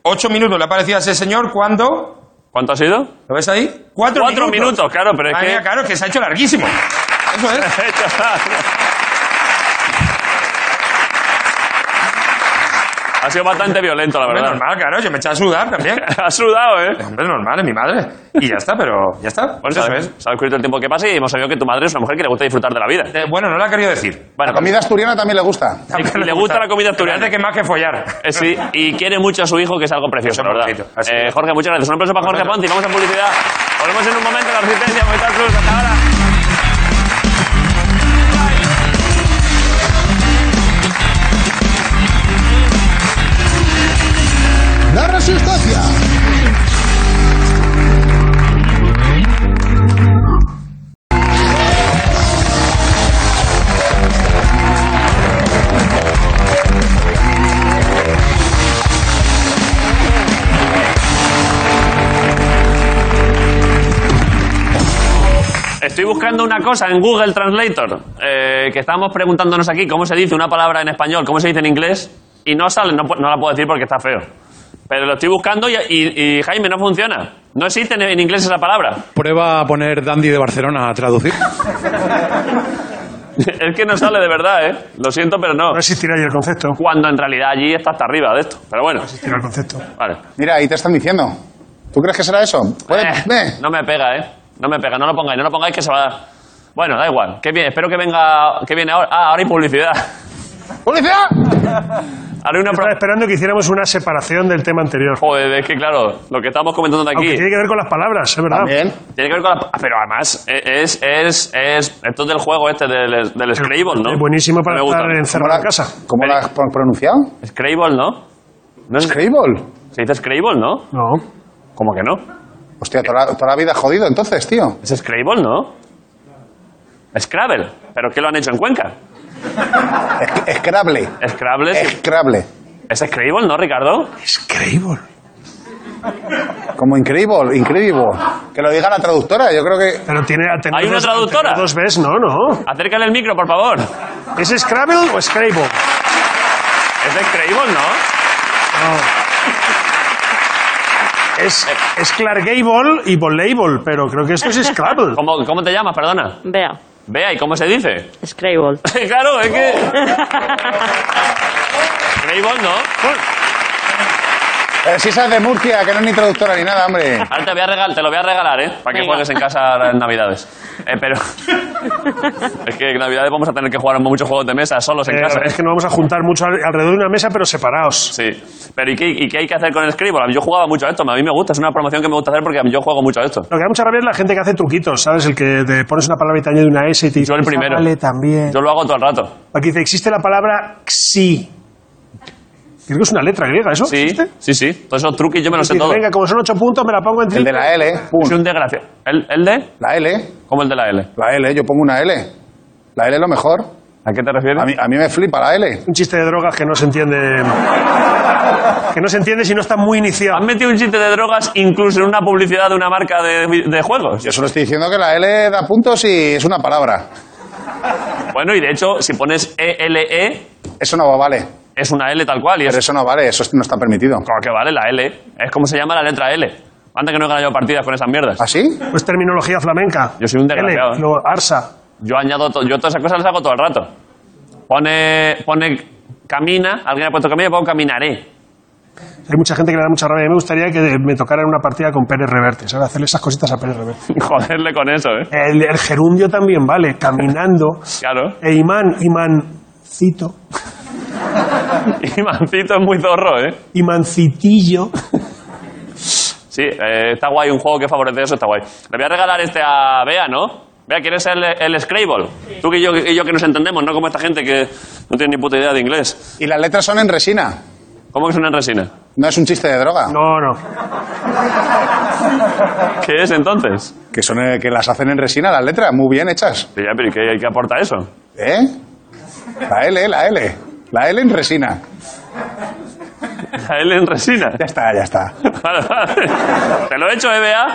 [SPEAKER 5] ocho minutos le ha parecido a ese señor cuando...
[SPEAKER 2] ¿Cuánto ha sido?
[SPEAKER 5] ¿Lo ves ahí? Cuatro,
[SPEAKER 2] Cuatro minutos, claro, pero es
[SPEAKER 5] Madre
[SPEAKER 2] que-
[SPEAKER 5] mía, claro, es que se ha hecho larguísimo. Eso es.
[SPEAKER 2] ha sido bastante violento, la
[SPEAKER 5] Hombre,
[SPEAKER 2] verdad.
[SPEAKER 5] normal, claro, yo me he echado a sudar también.
[SPEAKER 2] Ha sudado, ¿eh?
[SPEAKER 5] Hombre, normal, es mi madre. Y ya está, pero ya está.
[SPEAKER 2] Bueno,
[SPEAKER 5] eso
[SPEAKER 2] Pues sabes,
[SPEAKER 5] es.
[SPEAKER 2] sabes que ahorita el tiempo que pasa y hemos sabido que tu madre es una mujer que le gusta disfrutar de la vida.
[SPEAKER 5] Eh, bueno, no la ha querido decir.
[SPEAKER 2] Bueno, pues,
[SPEAKER 7] La comida asturiana también le gusta.
[SPEAKER 2] Y- y le gusta la comida asturiana.
[SPEAKER 5] Parece que más que follar.
[SPEAKER 2] eh, sí, y quiere mucho a su hijo, que es algo precioso,
[SPEAKER 5] Eso es
[SPEAKER 2] la verdad.
[SPEAKER 5] bonito, así
[SPEAKER 2] Eh,
[SPEAKER 5] es.
[SPEAKER 2] Jorge, muchas gracias. Un aplauso para Jorge
[SPEAKER 5] Bueno.
[SPEAKER 2] Ponti. Vamos a publicidad. Volvemos en un momento a la Resistencia. Movistar Plus, hasta ahora.
[SPEAKER 3] La resistencia.
[SPEAKER 2] Estoy buscando una cosa en Google Translator, eh, que estábamos preguntándonos aquí cómo se dice una palabra en español, cómo se dice en inglés, y no sale, no, pu- no la puedo decir porque está feo. Pero lo estoy buscando y, y- y, Jaime, no funciona. No existe en, en inglés esa palabra.
[SPEAKER 9] Prueba a poner Dandy de Barcelona a traducir.
[SPEAKER 2] es que no sale de verdad, ¿eh? Lo siento, pero no.
[SPEAKER 4] No existirá ahí el concepto. No
[SPEAKER 2] Cuando en realidad allí está hasta arriba de esto. Pero bueno,
[SPEAKER 4] existirá el concepto.
[SPEAKER 2] vale.
[SPEAKER 7] Mira, ahí te están diciendo. ¿Tú crees que será eso? Puede-
[SPEAKER 2] Eh,
[SPEAKER 7] ve.
[SPEAKER 2] no me pega, ¿eh? No me pega, no lo pongáis, no lo pongáis que se va a... Bueno, da igual. Qué bien, espero que venga... ¿Qué viene ahora? Ah, ahora hay publicidad.
[SPEAKER 7] ¡Publicidad!
[SPEAKER 2] Ahora hay una... pro-
[SPEAKER 4] Estaba esperando que hiciéramos una separación del tema anterior.
[SPEAKER 2] Joder, es que claro, lo que estamos comentando de aquí...
[SPEAKER 4] Aunque tiene que ver con las palabras, es verdad.
[SPEAKER 7] También.
[SPEAKER 2] Tiene que ver con la... ah, Pero además, eh, es, es, es... Esto es del juego este, del, del Scrabble, ¿no?
[SPEAKER 4] Es buenísimo para
[SPEAKER 2] Me gusta.
[SPEAKER 4] estar
[SPEAKER 7] ¿Cómo
[SPEAKER 4] encerrado
[SPEAKER 7] la,
[SPEAKER 4] en casa.
[SPEAKER 7] ¿cómo la has pro- pronunciado?
[SPEAKER 2] Scrabble, ¿no? ¿No es...
[SPEAKER 7] Increíble.
[SPEAKER 2] Se dice Scrabble, ¿no?
[SPEAKER 4] No.
[SPEAKER 2] ¿Cómo que no?
[SPEAKER 7] Hostia, toda la, toda la vida jodido entonces, tío.
[SPEAKER 2] Es Scrabble, ¿no? Scrabble. ¿Pero qué lo han hecho en Cuenca?
[SPEAKER 7] Es- Escrable.
[SPEAKER 2] Scrabble...
[SPEAKER 7] Eh,
[SPEAKER 2] sí.
[SPEAKER 7] Escrable.
[SPEAKER 2] ¿Es Scrabble, no, Ricardo?
[SPEAKER 7] Como increíble, increíble. Que lo diga la traductora, yo creo que.
[SPEAKER 4] Pero tiene a tener
[SPEAKER 2] ¿Hay una
[SPEAKER 4] dos-
[SPEAKER 2] traductora?
[SPEAKER 4] Dos veces, no, no.
[SPEAKER 2] Acércale el micro, por favor.
[SPEAKER 4] ¿Es Scrabble o Scrabble?
[SPEAKER 2] Es Scrabble, ¿no?
[SPEAKER 4] No. Es, es Clark Gable y Voleibol, pero creo que esto es Scrabble.
[SPEAKER 2] ¿Cómo, cómo te llamas? Perdona.
[SPEAKER 10] Vea,
[SPEAKER 2] Vea, ¿y cómo se dice?
[SPEAKER 10] Scrabble.
[SPEAKER 2] claro, es que... Raybon, ¿no?
[SPEAKER 7] Pero eh, si esa es de Murcia, que no es ni traductora ni nada, hombre.
[SPEAKER 2] Ahora te, voy a regal- te lo voy a regalar, ¿eh? Para que
[SPEAKER 10] Venga.
[SPEAKER 2] juegues en casa ahora en Navidades. Eh, pero... es que en Navidades vamos a tener que jugar a muchos juegos de mesa solos en
[SPEAKER 4] Eh,
[SPEAKER 2] casa,
[SPEAKER 4] es
[SPEAKER 2] ¿eh?
[SPEAKER 4] que nos vamos a juntar mucho al- alrededor de una mesa, pero separados.
[SPEAKER 2] Sí. Pero ¿y qué, y qué hay que hacer con el Scribble? Yo jugaba mucho a esto, a mí me gusta, es una promoción que me gusta hacer porque yo juego mucho a esto.
[SPEAKER 4] Lo que da mucha rabia es la gente que hace truquitos, ¿sabes? El que te pones una palabra y te añade una S y te dice.
[SPEAKER 2] Yo el
[SPEAKER 4] "Esa
[SPEAKER 2] primero.
[SPEAKER 4] Vale, también.
[SPEAKER 2] Yo lo hago todo el rato.
[SPEAKER 4] Aquí dice: existe la palabra XI. Creo que es una letra griega, ¿eso?
[SPEAKER 2] Sí,
[SPEAKER 4] ¿Existe?
[SPEAKER 2] sí, sí. Todos esos truquis yo me los sé
[SPEAKER 4] Dice,
[SPEAKER 2] todos.
[SPEAKER 4] Venga, como son ocho puntos, me la pongo en
[SPEAKER 7] El de
[SPEAKER 4] triple.
[SPEAKER 7] la L, pum.
[SPEAKER 2] Soy un desgraciado. ¿El, ¿El de?
[SPEAKER 7] La L,
[SPEAKER 2] ¿Cómo el de la L?
[SPEAKER 7] la L, yo pongo una L. La L es lo mejor.
[SPEAKER 2] ¿A qué te refieres?
[SPEAKER 7] A mí, a mí me flipa la L.
[SPEAKER 4] Un chiste de drogas que no se entiende. que no se entiende si no está muy
[SPEAKER 2] Han
[SPEAKER 4] iniciado.
[SPEAKER 2] metido un chiste de drogas incluso en una publicidad de una marca de, de juegos.
[SPEAKER 7] Yo solo estoy diciendo que la L da puntos y es una palabra.
[SPEAKER 2] Bueno, y de hecho, si pones ELE,
[SPEAKER 7] Eso no vale.
[SPEAKER 2] es una L tal cual. Y
[SPEAKER 7] Pero
[SPEAKER 2] es
[SPEAKER 7] eso no vale, eso no está permitido.
[SPEAKER 2] como que vale la L. Es como se llama la letra L. Anda que no he ganado yo partidas con esas mierdas.
[SPEAKER 7] ¿Así?
[SPEAKER 4] Pues terminología flamenca.
[SPEAKER 2] Yo soy un desgraciado,
[SPEAKER 4] L,
[SPEAKER 2] ¿eh?
[SPEAKER 4] lo- arsa.
[SPEAKER 2] Yo añado to- yo todas esas cosas las hago todo el rato. Pone, pone camina, alguien ha puesto camina, yo pongo caminaré.
[SPEAKER 4] Hay mucha gente que le da mucha rabia. A mí me gustaría que me tocara en una partida con Pérez Reverte, ¿sabes? Hacerle esas cositas a Pérez Reverte.
[SPEAKER 2] Joderle con eso, ¿eh?
[SPEAKER 4] El, el gerundio también vale, caminando.
[SPEAKER 2] Claro.
[SPEAKER 4] E imán, imancito,
[SPEAKER 2] Y Mancito es muy zorro, ¿eh?
[SPEAKER 4] imancitillo.
[SPEAKER 2] Sí, eh, está guay, un juego que favorece eso está guay. Le voy a regalar este a Bea, ¿no? Bea, ¿quieres el, el Scrabble? Tú que yo, y yo que nos entendemos, ¿no? Como esta gente que no tiene ni puta idea de inglés.
[SPEAKER 7] Y las letras son en resina.
[SPEAKER 2] ¿Cómo que suena en resina?
[SPEAKER 7] No es un chiste de droga.
[SPEAKER 4] No, no.
[SPEAKER 2] ¿Qué es entonces?
[SPEAKER 7] Que, son, eh, que las hacen en resina las letras, muy bien hechas.
[SPEAKER 2] Pero ya, pero ¿y qué, qué aporta eso?
[SPEAKER 7] ¿Eh? La L, la L. La L en resina.
[SPEAKER 2] La L en resina.
[SPEAKER 7] Ya está, ya está.
[SPEAKER 2] Vale, vale. Te lo he hecho, ¿eh, Bea?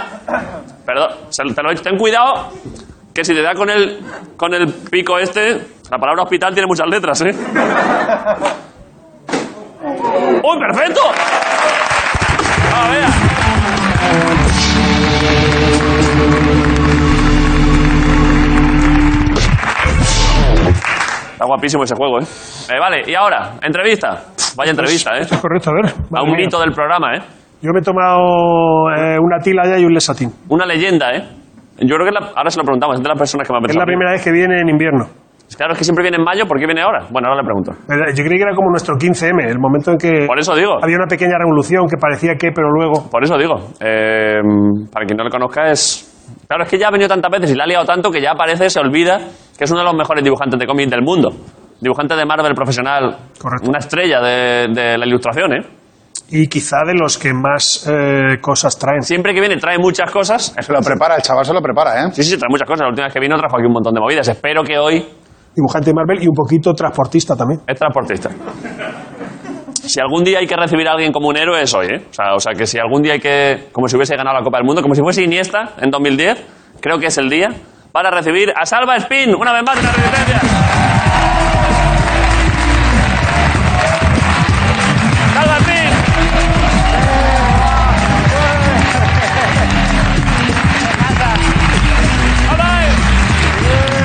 [SPEAKER 2] Perdón, se- te lo he hecho. Ten cuidado que si te da con el, con el pico este, la palabra hospital tiene muchas letras, ¿eh? ¡Uy, perfecto! ¡Ah, Bea! Está guapísimo ese juego, ¿eh? Eh, Vale, y ahora, entrevista. Pff, Vaya entrevista, ¿eh?
[SPEAKER 4] Esto es correcto, a ver.
[SPEAKER 2] A
[SPEAKER 4] madre
[SPEAKER 2] un
[SPEAKER 4] mía.
[SPEAKER 2] mito del programa, ¿eh?
[SPEAKER 4] Yo me he tomado eh, una tila ya y un lesatín.
[SPEAKER 2] Una leyenda, ¿eh? Yo creo que la- ahora se lo preguntamos, es de las personas que me ha
[SPEAKER 4] Es
[SPEAKER 2] pensado.
[SPEAKER 4] la primera vez que viene en invierno.
[SPEAKER 2] Claro, es que siempre viene en mayo, ¿por qué viene ahora? Bueno, ahora le pregunto.
[SPEAKER 4] Pero Yo creí que era como nuestro 15M, el momento en que
[SPEAKER 2] Por eso digo,
[SPEAKER 4] había una pequeña revolución que parecía que, pero luego.
[SPEAKER 2] por eso digo. Eh, para quien no le conozca es... Claro, es que ya ha venido tantas veces y la ha liado tanto que ya parece, se olvida, que es uno de los mejores dibujantes de cómics del mundo. Dibujante de Marvel profesional.
[SPEAKER 4] Correcto.
[SPEAKER 2] Una estrella de, de la ilustración, ¿eh?
[SPEAKER 4] Y quizá de los que más eh, cosas traen.
[SPEAKER 2] Siempre que viene trae muchas cosas.
[SPEAKER 7] Se lo prepara, el chaval se lo prepara, ¿eh?
[SPEAKER 2] Sí, sí, sí, trae muchas cosas. La última vez que vino trajo aquí un montón de movidas. Espero que hoy
[SPEAKER 4] Dibujante de Marvel y un poquito transportista también.
[SPEAKER 2] Es transportista. Si algún día hay que recibir a alguien como un héroe es hoy, ¿eh? O sea, o sea, que si algún día hay que... Como si hubiese ganado la Copa del Mundo, como Pues si fuese Iniesta en 2010, creo que es el día para recibir a Salva Spin, una vez más en la resistencia. ¡Salva Spin! ¡Hola, eh!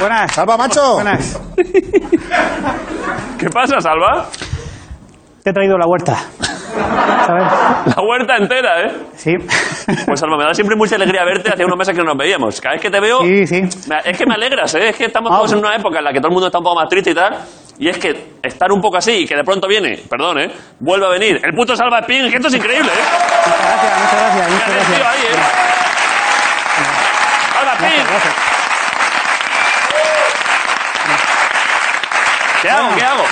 [SPEAKER 11] Buenas.
[SPEAKER 7] ¡Salva, macho!
[SPEAKER 11] Buenas.
[SPEAKER 2] ¿Qué pasa, Salva?
[SPEAKER 11] Te he traído la huerta. ¿Sabes?
[SPEAKER 2] La huerta entera, ¿eh?
[SPEAKER 11] Sí.
[SPEAKER 2] Pues Salva, me da siempre mucha alegría verte. Hace unos meses que no nos veíamos. Cada vez que te veo...
[SPEAKER 11] Sí, sí.
[SPEAKER 2] Me- Es que me alegras, ¿eh? es que estamos
[SPEAKER 11] Ah,
[SPEAKER 2] todos en
[SPEAKER 11] bueno.
[SPEAKER 2] una época en la que todo el mundo está un poco más triste y tal. Y es que estar un poco así y que de pronto viene, perdón, ¿eh? Vuelve a venir. El puto Salva Spin, que esto es increíble, ¿eh?
[SPEAKER 11] Muchas gracias, muchas
[SPEAKER 2] Que
[SPEAKER 11] gracias, muchas
[SPEAKER 2] haces, tío, ahí,
[SPEAKER 11] gracias.
[SPEAKER 2] ¿eh? Salva Spin. ¿Qué hago? ¿Qué hago?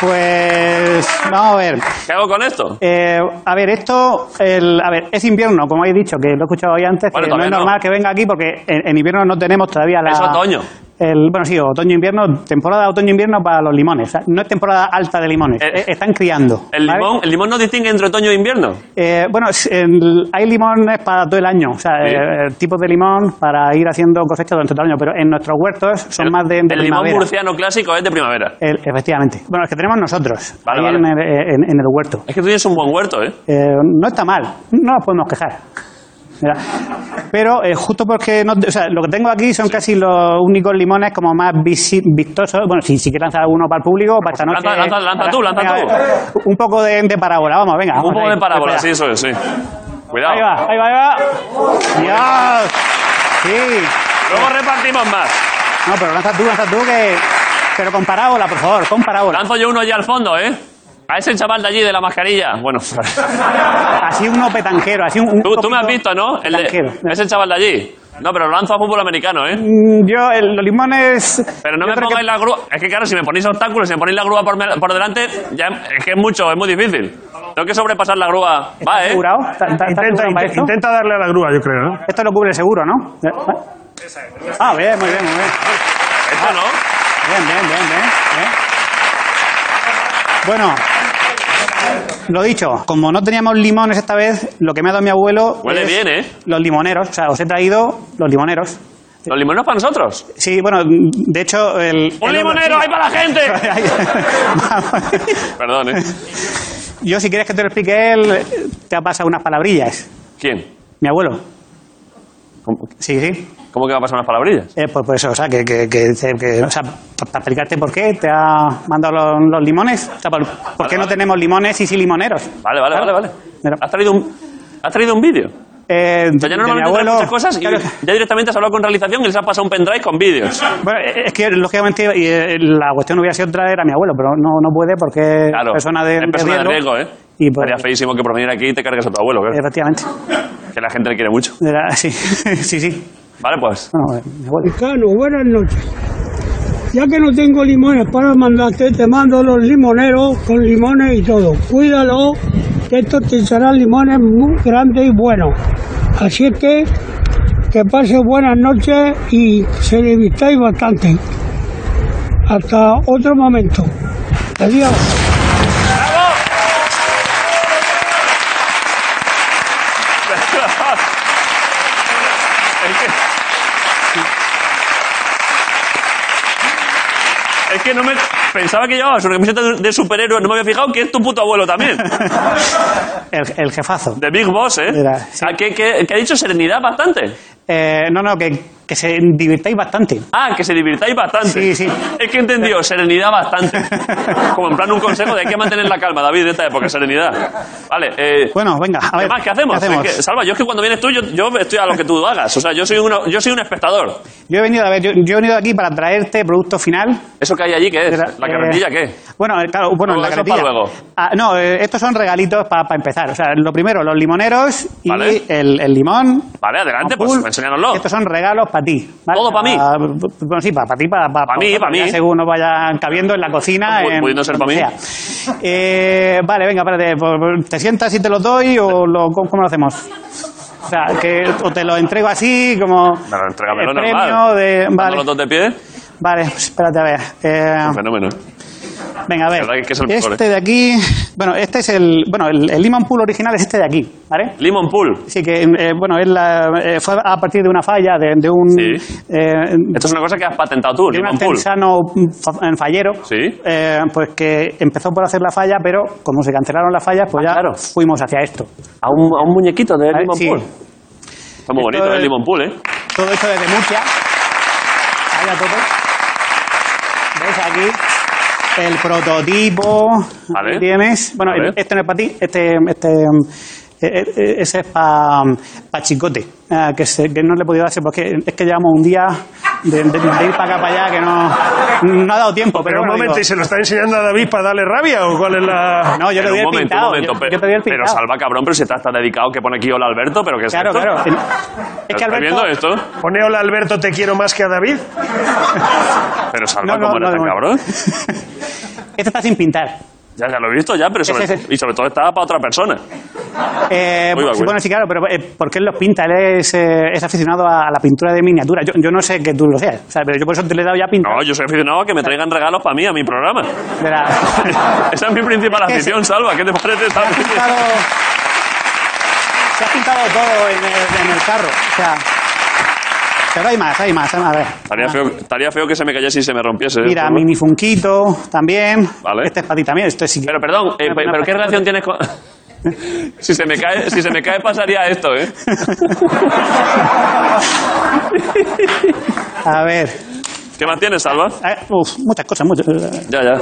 [SPEAKER 11] Pues vamos a ver.
[SPEAKER 2] ¿Qué hago con esto?
[SPEAKER 11] Eh, a ver, esto, el- a ver, es invierno, como habéis dicho, que lo he escuchado hoy antes,
[SPEAKER 2] Bueno,
[SPEAKER 11] que no
[SPEAKER 2] todavía
[SPEAKER 11] es
[SPEAKER 2] no.
[SPEAKER 11] normal que venga aquí porque en, en invierno no tenemos todavía la...
[SPEAKER 2] Es otoño.
[SPEAKER 11] El, bueno, sí, otoño-invierno, temporada otoño-invierno para los limones. O sea, no es temporada alta de limones, eh, están criando.
[SPEAKER 2] ¿El
[SPEAKER 11] ¿vale?
[SPEAKER 2] limón, ¿El limón no distingue entre otoño e invierno?
[SPEAKER 11] Eh, bueno, es- el- hay limones para todo el año, o sea,
[SPEAKER 2] Sí.
[SPEAKER 11] eh, tipos de limón para ir haciendo cosechas durante todo el año, pero en nuestros huertos son más de, de
[SPEAKER 2] El limón
[SPEAKER 11] primavera.
[SPEAKER 2] murciano clásico es de primavera.
[SPEAKER 11] El- efectivamente. Bueno, los que tenemos nosotros,
[SPEAKER 2] Vale,
[SPEAKER 11] ahí
[SPEAKER 2] vale.
[SPEAKER 11] En, el, eh, en- en el huerto.
[SPEAKER 2] Es que tú tienes un buen huerto, ¿eh?
[SPEAKER 11] Eh, no está mal, no nos podemos quejar. Mira, Pero eh, justo porque no- o sea, lo que tengo aquí son casi los únicos limones como más visi- vistosos. Bueno, si, si quieres lanzar alguno para el público, para esta noche.
[SPEAKER 2] Lanza- lanza- lanza tú, lanza
[SPEAKER 11] venga, a ver, Un poco de, de parábola, vamos, venga.
[SPEAKER 2] Un
[SPEAKER 11] vamos
[SPEAKER 2] poco
[SPEAKER 11] ahí,
[SPEAKER 2] de parábola,
[SPEAKER 11] espera.
[SPEAKER 2] sí, eso es, sí. Cuidado.
[SPEAKER 11] Ahí va, ahí va, ahí va. Dios. Sí.
[SPEAKER 2] Luego repartimos más.
[SPEAKER 11] No, pero lanza tú, lanza tú que. Pero con parábola, por favor, con parábola.
[SPEAKER 2] Lanzo yo uno ya al fondo, ¿eh? A ese chaval de allí, de la mascarilla. Bueno,
[SPEAKER 11] Así uno petanquero, así un. un
[SPEAKER 2] tú, tú me has
[SPEAKER 11] poquito-
[SPEAKER 2] visto, ¿no? El de-
[SPEAKER 11] Blanquero.
[SPEAKER 2] ese chaval de allí. No, pero lo lanzo a fútbol americano, ¿eh?
[SPEAKER 11] Mm, Yo, el- los limones.
[SPEAKER 2] Pero no
[SPEAKER 11] yo
[SPEAKER 2] me
[SPEAKER 11] creo que-
[SPEAKER 2] pongáis la grúa. Es que claro, si me ponéis obstáculos, si me ponéis la grúa por, me- por delante, ya es que es mucho, es muy difícil. Tengo que sobrepasar la grúa. Va, ¿eh?
[SPEAKER 11] ¿Asegurado? ¿Está- está- está
[SPEAKER 4] Intenta,
[SPEAKER 11] asegurado para esto?
[SPEAKER 4] intenta darle a la grúa, yo creo, ¿no?
[SPEAKER 11] Esto lo cubre el seguro, ¿no? Eh, Ah, bien, muy bien, muy bien.
[SPEAKER 2] Esto no.
[SPEAKER 11] Bien, bien, bien, bien. bien. Bueno, lo dicho, como no teníamos limones esta vez, lo que me ha dado mi abuelo.
[SPEAKER 2] Huele
[SPEAKER 11] es
[SPEAKER 2] bien, ¿eh?
[SPEAKER 11] Los limoneros, o sea, os he traído los limoneros.
[SPEAKER 2] Los limoneros para nosotros.
[SPEAKER 11] Sí, bueno, de hecho. El,
[SPEAKER 2] ¡Un
[SPEAKER 11] el-
[SPEAKER 2] limonero ahí para la gente!
[SPEAKER 11] Vamos.
[SPEAKER 2] Perdón, ¿eh?
[SPEAKER 11] Yo, si quieres que te lo explique él, te ha pasado unas palabrillas.
[SPEAKER 2] ¿Quién?
[SPEAKER 11] Mi abuelo.
[SPEAKER 2] ¿Cómo,
[SPEAKER 11] Sí, sí.
[SPEAKER 2] cómo que va a pasar unas palabrillas?
[SPEAKER 11] Eh, pues por eso, o sea, que, que, que- que- o sea, pa- para explicarte por qué te ha mandado los, los limones, o sea, por, por qué no tenemos limones y sí limoneros.
[SPEAKER 2] Vale, vale, vale, vale.
[SPEAKER 11] Mira.
[SPEAKER 2] ¿Has traído un, has traído un vídeo? O
[SPEAKER 11] Eh,
[SPEAKER 2] sea, ya
[SPEAKER 11] de mi
[SPEAKER 2] normalmente
[SPEAKER 11] abuelo-
[SPEAKER 2] traes muchas cosas y
[SPEAKER 11] claro,
[SPEAKER 2] ya directamente has hablado con realización y les has pasado un pendrive con vídeos.
[SPEAKER 11] bueno, eh, es que lógicamente eh, la cuestión hubiera sido traer a mi abuelo, pero no, no puede porque
[SPEAKER 2] Claro.
[SPEAKER 11] es persona de,
[SPEAKER 2] es persona de riesgo, ¿eh?
[SPEAKER 11] Y pues-
[SPEAKER 2] Sería feísimo que por venir aquí te cargas a tu abuelo, claro.
[SPEAKER 11] Efectivamente. Eh.
[SPEAKER 2] que la gente le quiere mucho.
[SPEAKER 11] Era- sí, sí, sí.
[SPEAKER 2] Vale, pues.
[SPEAKER 11] Bueno, eh, mi abuelo.
[SPEAKER 10] Cano, buenas noches. Ya que no tengo limones para mandarte, te mando los limoneros con limones y todo. Cuídalo, que estos te serán limones muy grandes y buenos. Así es que que pases buenas noches y se divirtáis bastante. Hasta otro momento. Adiós.
[SPEAKER 2] Es que... Es que no me... Pensaba que llevabas una camiseta de de superhéroe, no me había fijado que es tu puto abuelo también.
[SPEAKER 11] El, el jefazo.
[SPEAKER 2] De Big Boss, ¿eh?
[SPEAKER 11] Mira, sí.
[SPEAKER 2] Ah, que, que- que ha dicho serenidad bastante.
[SPEAKER 11] Eh, no, no, que, que se divirtáis bastante.
[SPEAKER 2] Ah, que se divirtáis bastante.
[SPEAKER 11] Sí, sí.
[SPEAKER 2] Es que entendió, serenidad bastante. Como en plan un consejo de hay que mantener la calma, David, de esta época, serenidad. Vale, eh,
[SPEAKER 11] Bueno, venga, a
[SPEAKER 2] ¿Qué
[SPEAKER 11] ver.
[SPEAKER 2] más? ¿Qué hacemos? Es que, Salva, yo es que cuando vienes tú, yo, yo estoy a lo que tú hagas. O sea, yo soy, uno, yo soy un espectador.
[SPEAKER 11] Yo he venido, a ver, yo, yo he venido aquí para traerte producto final.
[SPEAKER 2] ¿Eso que hay allí qué es?
[SPEAKER 11] Era-
[SPEAKER 2] ¿La
[SPEAKER 11] eh,
[SPEAKER 2] carretilla qué?
[SPEAKER 11] Bueno, eh, claro, bueno,
[SPEAKER 2] No,
[SPEAKER 11] la
[SPEAKER 2] eso es
[SPEAKER 11] carretilla.
[SPEAKER 2] para luego.
[SPEAKER 11] Ah, no, eh, estos son regalitos para empezar. O sea, lo primero, los limoneros y
[SPEAKER 2] Vale.
[SPEAKER 11] el, el limón.
[SPEAKER 2] Vale, adelante,
[SPEAKER 11] Apul.
[SPEAKER 2] pues enséñanoslo.
[SPEAKER 11] Estos son regalos para ti.
[SPEAKER 2] ¿Todo pa' mí?
[SPEAKER 11] Ah, bueno, sí, para ti, para
[SPEAKER 2] Pa' mí, pa' mí.
[SPEAKER 11] Según nos vayan cabiendo en la cocina.
[SPEAKER 2] Pu-
[SPEAKER 11] en
[SPEAKER 2] pudiendo ser
[SPEAKER 11] donde
[SPEAKER 2] pa' mí.
[SPEAKER 11] sea. Eh, vale, venga, espérate. pues, ¿Te sientas y te los doy o lo- cómo cómo lo hacemos? O sea, que o te lo entrego así, como.
[SPEAKER 2] No, no, entrégamelo
[SPEAKER 11] el
[SPEAKER 2] normal.
[SPEAKER 11] premio de.
[SPEAKER 2] Dando
[SPEAKER 11] Vale,
[SPEAKER 2] los dos de pie,
[SPEAKER 11] vale, pues espérate, a ver. Eh,
[SPEAKER 2] un fenómeno.
[SPEAKER 11] Venga, a
[SPEAKER 2] La verdad
[SPEAKER 11] ver.
[SPEAKER 2] es que es el mejor,
[SPEAKER 11] este de aquí. Bueno, este es el. Bueno, el, el Lemon Pool original es este de aquí, ¿vale?
[SPEAKER 2] Limon Pool.
[SPEAKER 11] Sí, que eh, bueno, es la- eh, fue a partir de una falla, de, de un.
[SPEAKER 2] Sí.
[SPEAKER 11] eh,
[SPEAKER 2] Esto es una cosa que has patentado tú,
[SPEAKER 11] de un
[SPEAKER 2] Limon Pool.
[SPEAKER 11] artesano fa- eh, fallero.
[SPEAKER 2] Sí.
[SPEAKER 11] eh, pues que empezó por hacer la falla, pero como se cancelaron las fallas, pues ya
[SPEAKER 2] Ah, claro.
[SPEAKER 11] fuimos hacia esto.
[SPEAKER 2] A un, a un muñequito de
[SPEAKER 11] ver,
[SPEAKER 2] Limon
[SPEAKER 11] sí.
[SPEAKER 2] Pool. Está muy bonito,
[SPEAKER 11] Esto
[SPEAKER 2] el
[SPEAKER 11] es- Ah,
[SPEAKER 2] Limon Pool, ¿eh?
[SPEAKER 11] Todo esto desde Murcia. Ahí a tope. ¿Ves aquí? El prototipo
[SPEAKER 2] Vale.
[SPEAKER 11] que tienes. Bueno,
[SPEAKER 2] Vale.
[SPEAKER 11] este no es para ti, este, este, mm, eh, eh, ese es para Chicote, eh, que, se- que no le he podido hacer porque es que llevamos un día de, de- de ir para acá para allá que no, no ha dado tiempo.
[SPEAKER 4] Pero
[SPEAKER 11] Pero,
[SPEAKER 4] un
[SPEAKER 11] bueno,
[SPEAKER 4] momento, ¿y
[SPEAKER 11] digo,
[SPEAKER 4] se lo está enseñando a David para darle rabia o cuál es la...?
[SPEAKER 11] no,
[SPEAKER 2] Pero
[SPEAKER 11] yo te doy
[SPEAKER 2] un
[SPEAKER 11] el
[SPEAKER 2] momento,
[SPEAKER 11] pintado.
[SPEAKER 2] un momento,
[SPEAKER 11] yo-
[SPEAKER 2] pero,
[SPEAKER 11] yo te doy el
[SPEAKER 2] pero
[SPEAKER 11] pintado.
[SPEAKER 2] salva cabrón, pero si está tan dedicado que pone aquí hola Alberto, pero que es
[SPEAKER 11] Claro,
[SPEAKER 2] esto?
[SPEAKER 11] claro. Es que
[SPEAKER 2] ¿Estás
[SPEAKER 11] Alberto,
[SPEAKER 2] viendo esto?
[SPEAKER 4] Pone hola Alberto, te quiero más que a David.
[SPEAKER 2] Pero salva
[SPEAKER 11] No, no,
[SPEAKER 2] como
[SPEAKER 11] no,
[SPEAKER 2] eres tan
[SPEAKER 11] de momento.
[SPEAKER 2] cabrón.
[SPEAKER 11] Este está sin pintar.
[SPEAKER 2] Ya, ya lo he visto, ya, pero sobre,
[SPEAKER 11] Sí, sí,
[SPEAKER 2] y sobre todo estaba para otra persona.
[SPEAKER 11] Eh,
[SPEAKER 2] Muy
[SPEAKER 11] sí,
[SPEAKER 2] bagual.
[SPEAKER 11] bueno, sí, claro, pero eh, ¿por qué él los pinta? Él es, eh, es aficionado a la pintura de miniatura. Yo, yo no sé que tú lo seas, o sea, pero yo por eso te le he dado ya pinta.
[SPEAKER 2] No, yo soy aficionado a que me traigan regalos para mí, a mi programa.
[SPEAKER 11] De la-
[SPEAKER 2] Esa es mi principal
[SPEAKER 11] Es que
[SPEAKER 2] afición, Salva. ¿Qué te parece? esta
[SPEAKER 11] Se ha
[SPEAKER 2] afición?
[SPEAKER 11] pintado, se ha pintado todo en el, en el carro. O sea, pero hay más, hay más. A ver.
[SPEAKER 2] Estaría feo, estaría feo que se me cayese y se me rompiese. ¿eh?
[SPEAKER 11] Mira,
[SPEAKER 2] Por-
[SPEAKER 11] mini funquito también.
[SPEAKER 2] Vale.
[SPEAKER 11] Este es para ti también. Esto es
[SPEAKER 2] Pero perdón, eh, pe- ¿pero qué relación tienes con...? Si se, me cae, si se me cae pasaría esto, ¿eh?
[SPEAKER 11] A ver.
[SPEAKER 2] ¿Qué más tienes, Salva?
[SPEAKER 11] a ver, uf, muchas cosas, muchas. eh,
[SPEAKER 2] Ya, ya.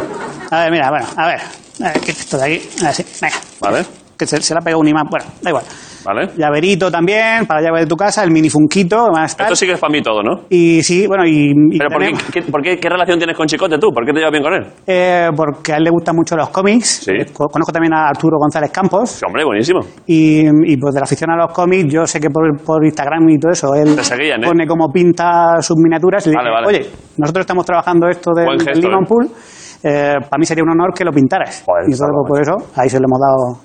[SPEAKER 11] A ver, mira, bueno, a ver. A ver, ¿qué es esto de aquí? Así, venga.
[SPEAKER 2] Vale,
[SPEAKER 11] Que se, se la pegó un imán. Bueno, da igual.
[SPEAKER 2] vale.
[SPEAKER 11] Llaverito también, para la llave de tu casa, el mini funquito, más tal.
[SPEAKER 2] Esto sí que es para mí todo, ¿no?
[SPEAKER 11] Y sí, bueno, y. y
[SPEAKER 2] Pero ¿por qué,
[SPEAKER 11] tenemos-
[SPEAKER 2] qué- por qué- qué relación tienes con Chicote tú? ¿Por qué te llevas bien con él?
[SPEAKER 11] eh, porque a él le gustan mucho los cómics. Eh,
[SPEAKER 2] Sí.
[SPEAKER 11] Co- Conozco también a Arturo González Campos.
[SPEAKER 2] Sí, hombre, buenísimo.
[SPEAKER 11] Y, y, pues de la afición a los cómics, yo sé que por, por Instagram y todo eso, él
[SPEAKER 2] Te seguían, ¿eh?
[SPEAKER 11] pone como pinta sus miniaturas y le
[SPEAKER 2] Vale,
[SPEAKER 11] dije,
[SPEAKER 2] vale.
[SPEAKER 11] oye, nosotros estamos trabajando esto del,
[SPEAKER 2] Buen
[SPEAKER 11] del
[SPEAKER 2] gesto,
[SPEAKER 11] Lemon
[SPEAKER 2] ¿eh?
[SPEAKER 11] Pool, eh, para mí sería un honor que lo pintaras.
[SPEAKER 2] Joder,
[SPEAKER 11] y entonces,
[SPEAKER 2] salva,
[SPEAKER 11] pues, por eso, ahí se lo hemos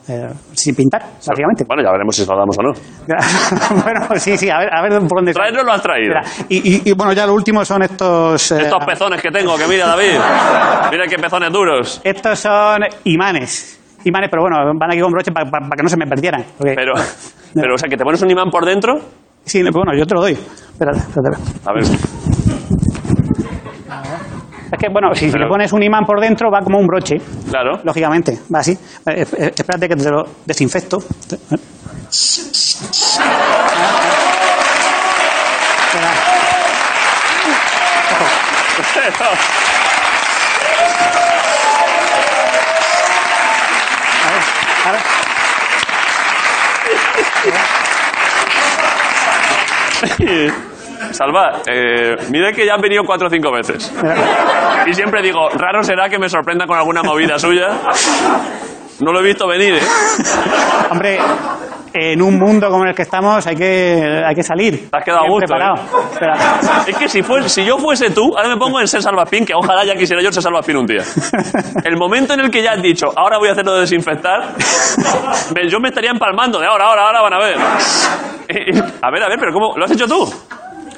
[SPEAKER 11] dado eh, sin pintar, básicamente.
[SPEAKER 2] Bueno, ya veremos si nos lo damos o no.
[SPEAKER 11] bueno, pues sí, sí, a ver, a ver por dónde...
[SPEAKER 2] Traerlo lo has traído.
[SPEAKER 11] Mira, y, y- y, bueno, ya lo último son estos... eh,
[SPEAKER 2] Estos pezones que tengo, que mira, David. Mira qué pezones duros.
[SPEAKER 11] Estos son imanes. Imanes, pero bueno, van aquí con broche para que no se me perdieran. porque-
[SPEAKER 2] Pero, pero, o sea, que te pones un imán por dentro.
[SPEAKER 11] Sí, bueno, yo te lo doy. Espérate, espérate.
[SPEAKER 2] A ver,
[SPEAKER 11] Es que, bueno, si, si
[SPEAKER 2] Pero-
[SPEAKER 11] le pones un imán por dentro, va como un broche,
[SPEAKER 2] claro.
[SPEAKER 11] lógicamente. Va así. Eh, eh, espérate que te lo desinfecto. Te- eh. Ahora-
[SPEAKER 2] Salva, eh, mira que ya han venido cuatro o cinco veces. Y siempre digo, raro será que me sorprenda con alguna movida suya. No lo he visto venir, ¿eh?
[SPEAKER 11] Hombre, en un mundo como el que estamos hay que, hay que salir.
[SPEAKER 2] Te has quedado a
[SPEAKER 11] Bien
[SPEAKER 2] gusto, ¿eh?
[SPEAKER 11] preparado. Espera.
[SPEAKER 2] Es que si, fuese, si yo fuese tú, ahora me pongo en ser salvaspín, que ojalá ya quisiera yo ser salvaspín un día. El momento en el que ya has dicho, ahora voy a hacerlo de desinfectar, ve, yo me estaría empalmando de ahora, ahora, ahora, van a ver. Eh, eh, A ver, a ver, pero ¿cómo? ¿Lo has hecho tú?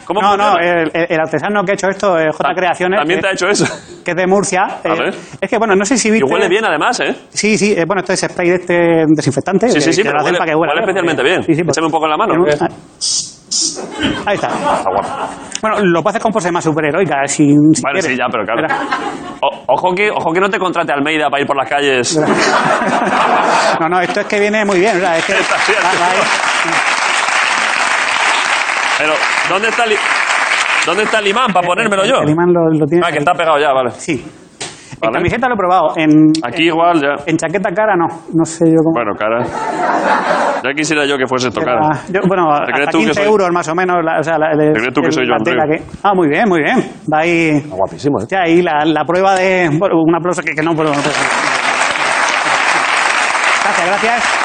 [SPEAKER 2] ¿Cómo
[SPEAKER 11] No,
[SPEAKER 2] funciona?
[SPEAKER 11] no, el, el- el artesano que ha hecho esto es J.
[SPEAKER 2] Ta-
[SPEAKER 11] Creaciones.
[SPEAKER 2] También
[SPEAKER 11] que-
[SPEAKER 2] te ha hecho eso.
[SPEAKER 11] que es de Murcia. eh,
[SPEAKER 2] ver.
[SPEAKER 11] es que, bueno, no sé si
[SPEAKER 2] Y
[SPEAKER 11] viste...
[SPEAKER 2] huele bien, además, ¿eh?
[SPEAKER 11] Sí, sí, eh, bueno, esto es spray de este desinfectante.
[SPEAKER 2] Sí,
[SPEAKER 11] que-
[SPEAKER 2] sí, sí,
[SPEAKER 11] que
[SPEAKER 2] pero
[SPEAKER 11] lo hacen
[SPEAKER 2] huele,
[SPEAKER 11] para que huela
[SPEAKER 2] huele
[SPEAKER 11] bien,
[SPEAKER 2] especialmente
[SPEAKER 11] porque-
[SPEAKER 2] bien.
[SPEAKER 11] sí, sí, pues-
[SPEAKER 2] Échame un poco en la mano.
[SPEAKER 11] Tenemos- ah, Ahí está. Bueno, lo puedes hacer con poses más superheroicas, si, si
[SPEAKER 2] Bueno, sí,
[SPEAKER 11] quieres.
[SPEAKER 2] ya, pero claro. O- ojo, que, ojo que no te contrate Almeida para ir por las calles.
[SPEAKER 11] No, no, esto es que viene muy bien. o sea, es que-
[SPEAKER 2] Está bien.
[SPEAKER 11] va- eh. va ahí.
[SPEAKER 2] Pero, ¿dónde está el, i- ¿dónde está el imán para ponérmelo yo?
[SPEAKER 11] El imán lo, lo tienes
[SPEAKER 2] Ah, que
[SPEAKER 11] ahí.
[SPEAKER 2] está pegado ya, vale.
[SPEAKER 11] Sí. En
[SPEAKER 2] Vale.
[SPEAKER 11] camiseta lo he probado. En,
[SPEAKER 2] Aquí igual ya.
[SPEAKER 11] en chaqueta cara no. No sé yo cómo.
[SPEAKER 2] Bueno, cara. Ya quisiera yo que fuese esto, cara.
[SPEAKER 11] Ah, yo- bueno,
[SPEAKER 2] ¿Te crees
[SPEAKER 11] hasta
[SPEAKER 2] tú que
[SPEAKER 11] 15
[SPEAKER 2] soy-
[SPEAKER 11] euros más o menos. La, o sea, la, de-
[SPEAKER 2] ¿Te crees tú que
[SPEAKER 11] el-
[SPEAKER 2] soy yo,
[SPEAKER 11] la
[SPEAKER 2] Andreu?
[SPEAKER 11] tela que- Ah, muy bien, muy bien. Va ahí.
[SPEAKER 2] Guapísimo, ¿eh?
[SPEAKER 11] Hostia, ahí la, la prueba de. Bueno, un aplauso que, que no puedo. no puedo. Gracias, gracias.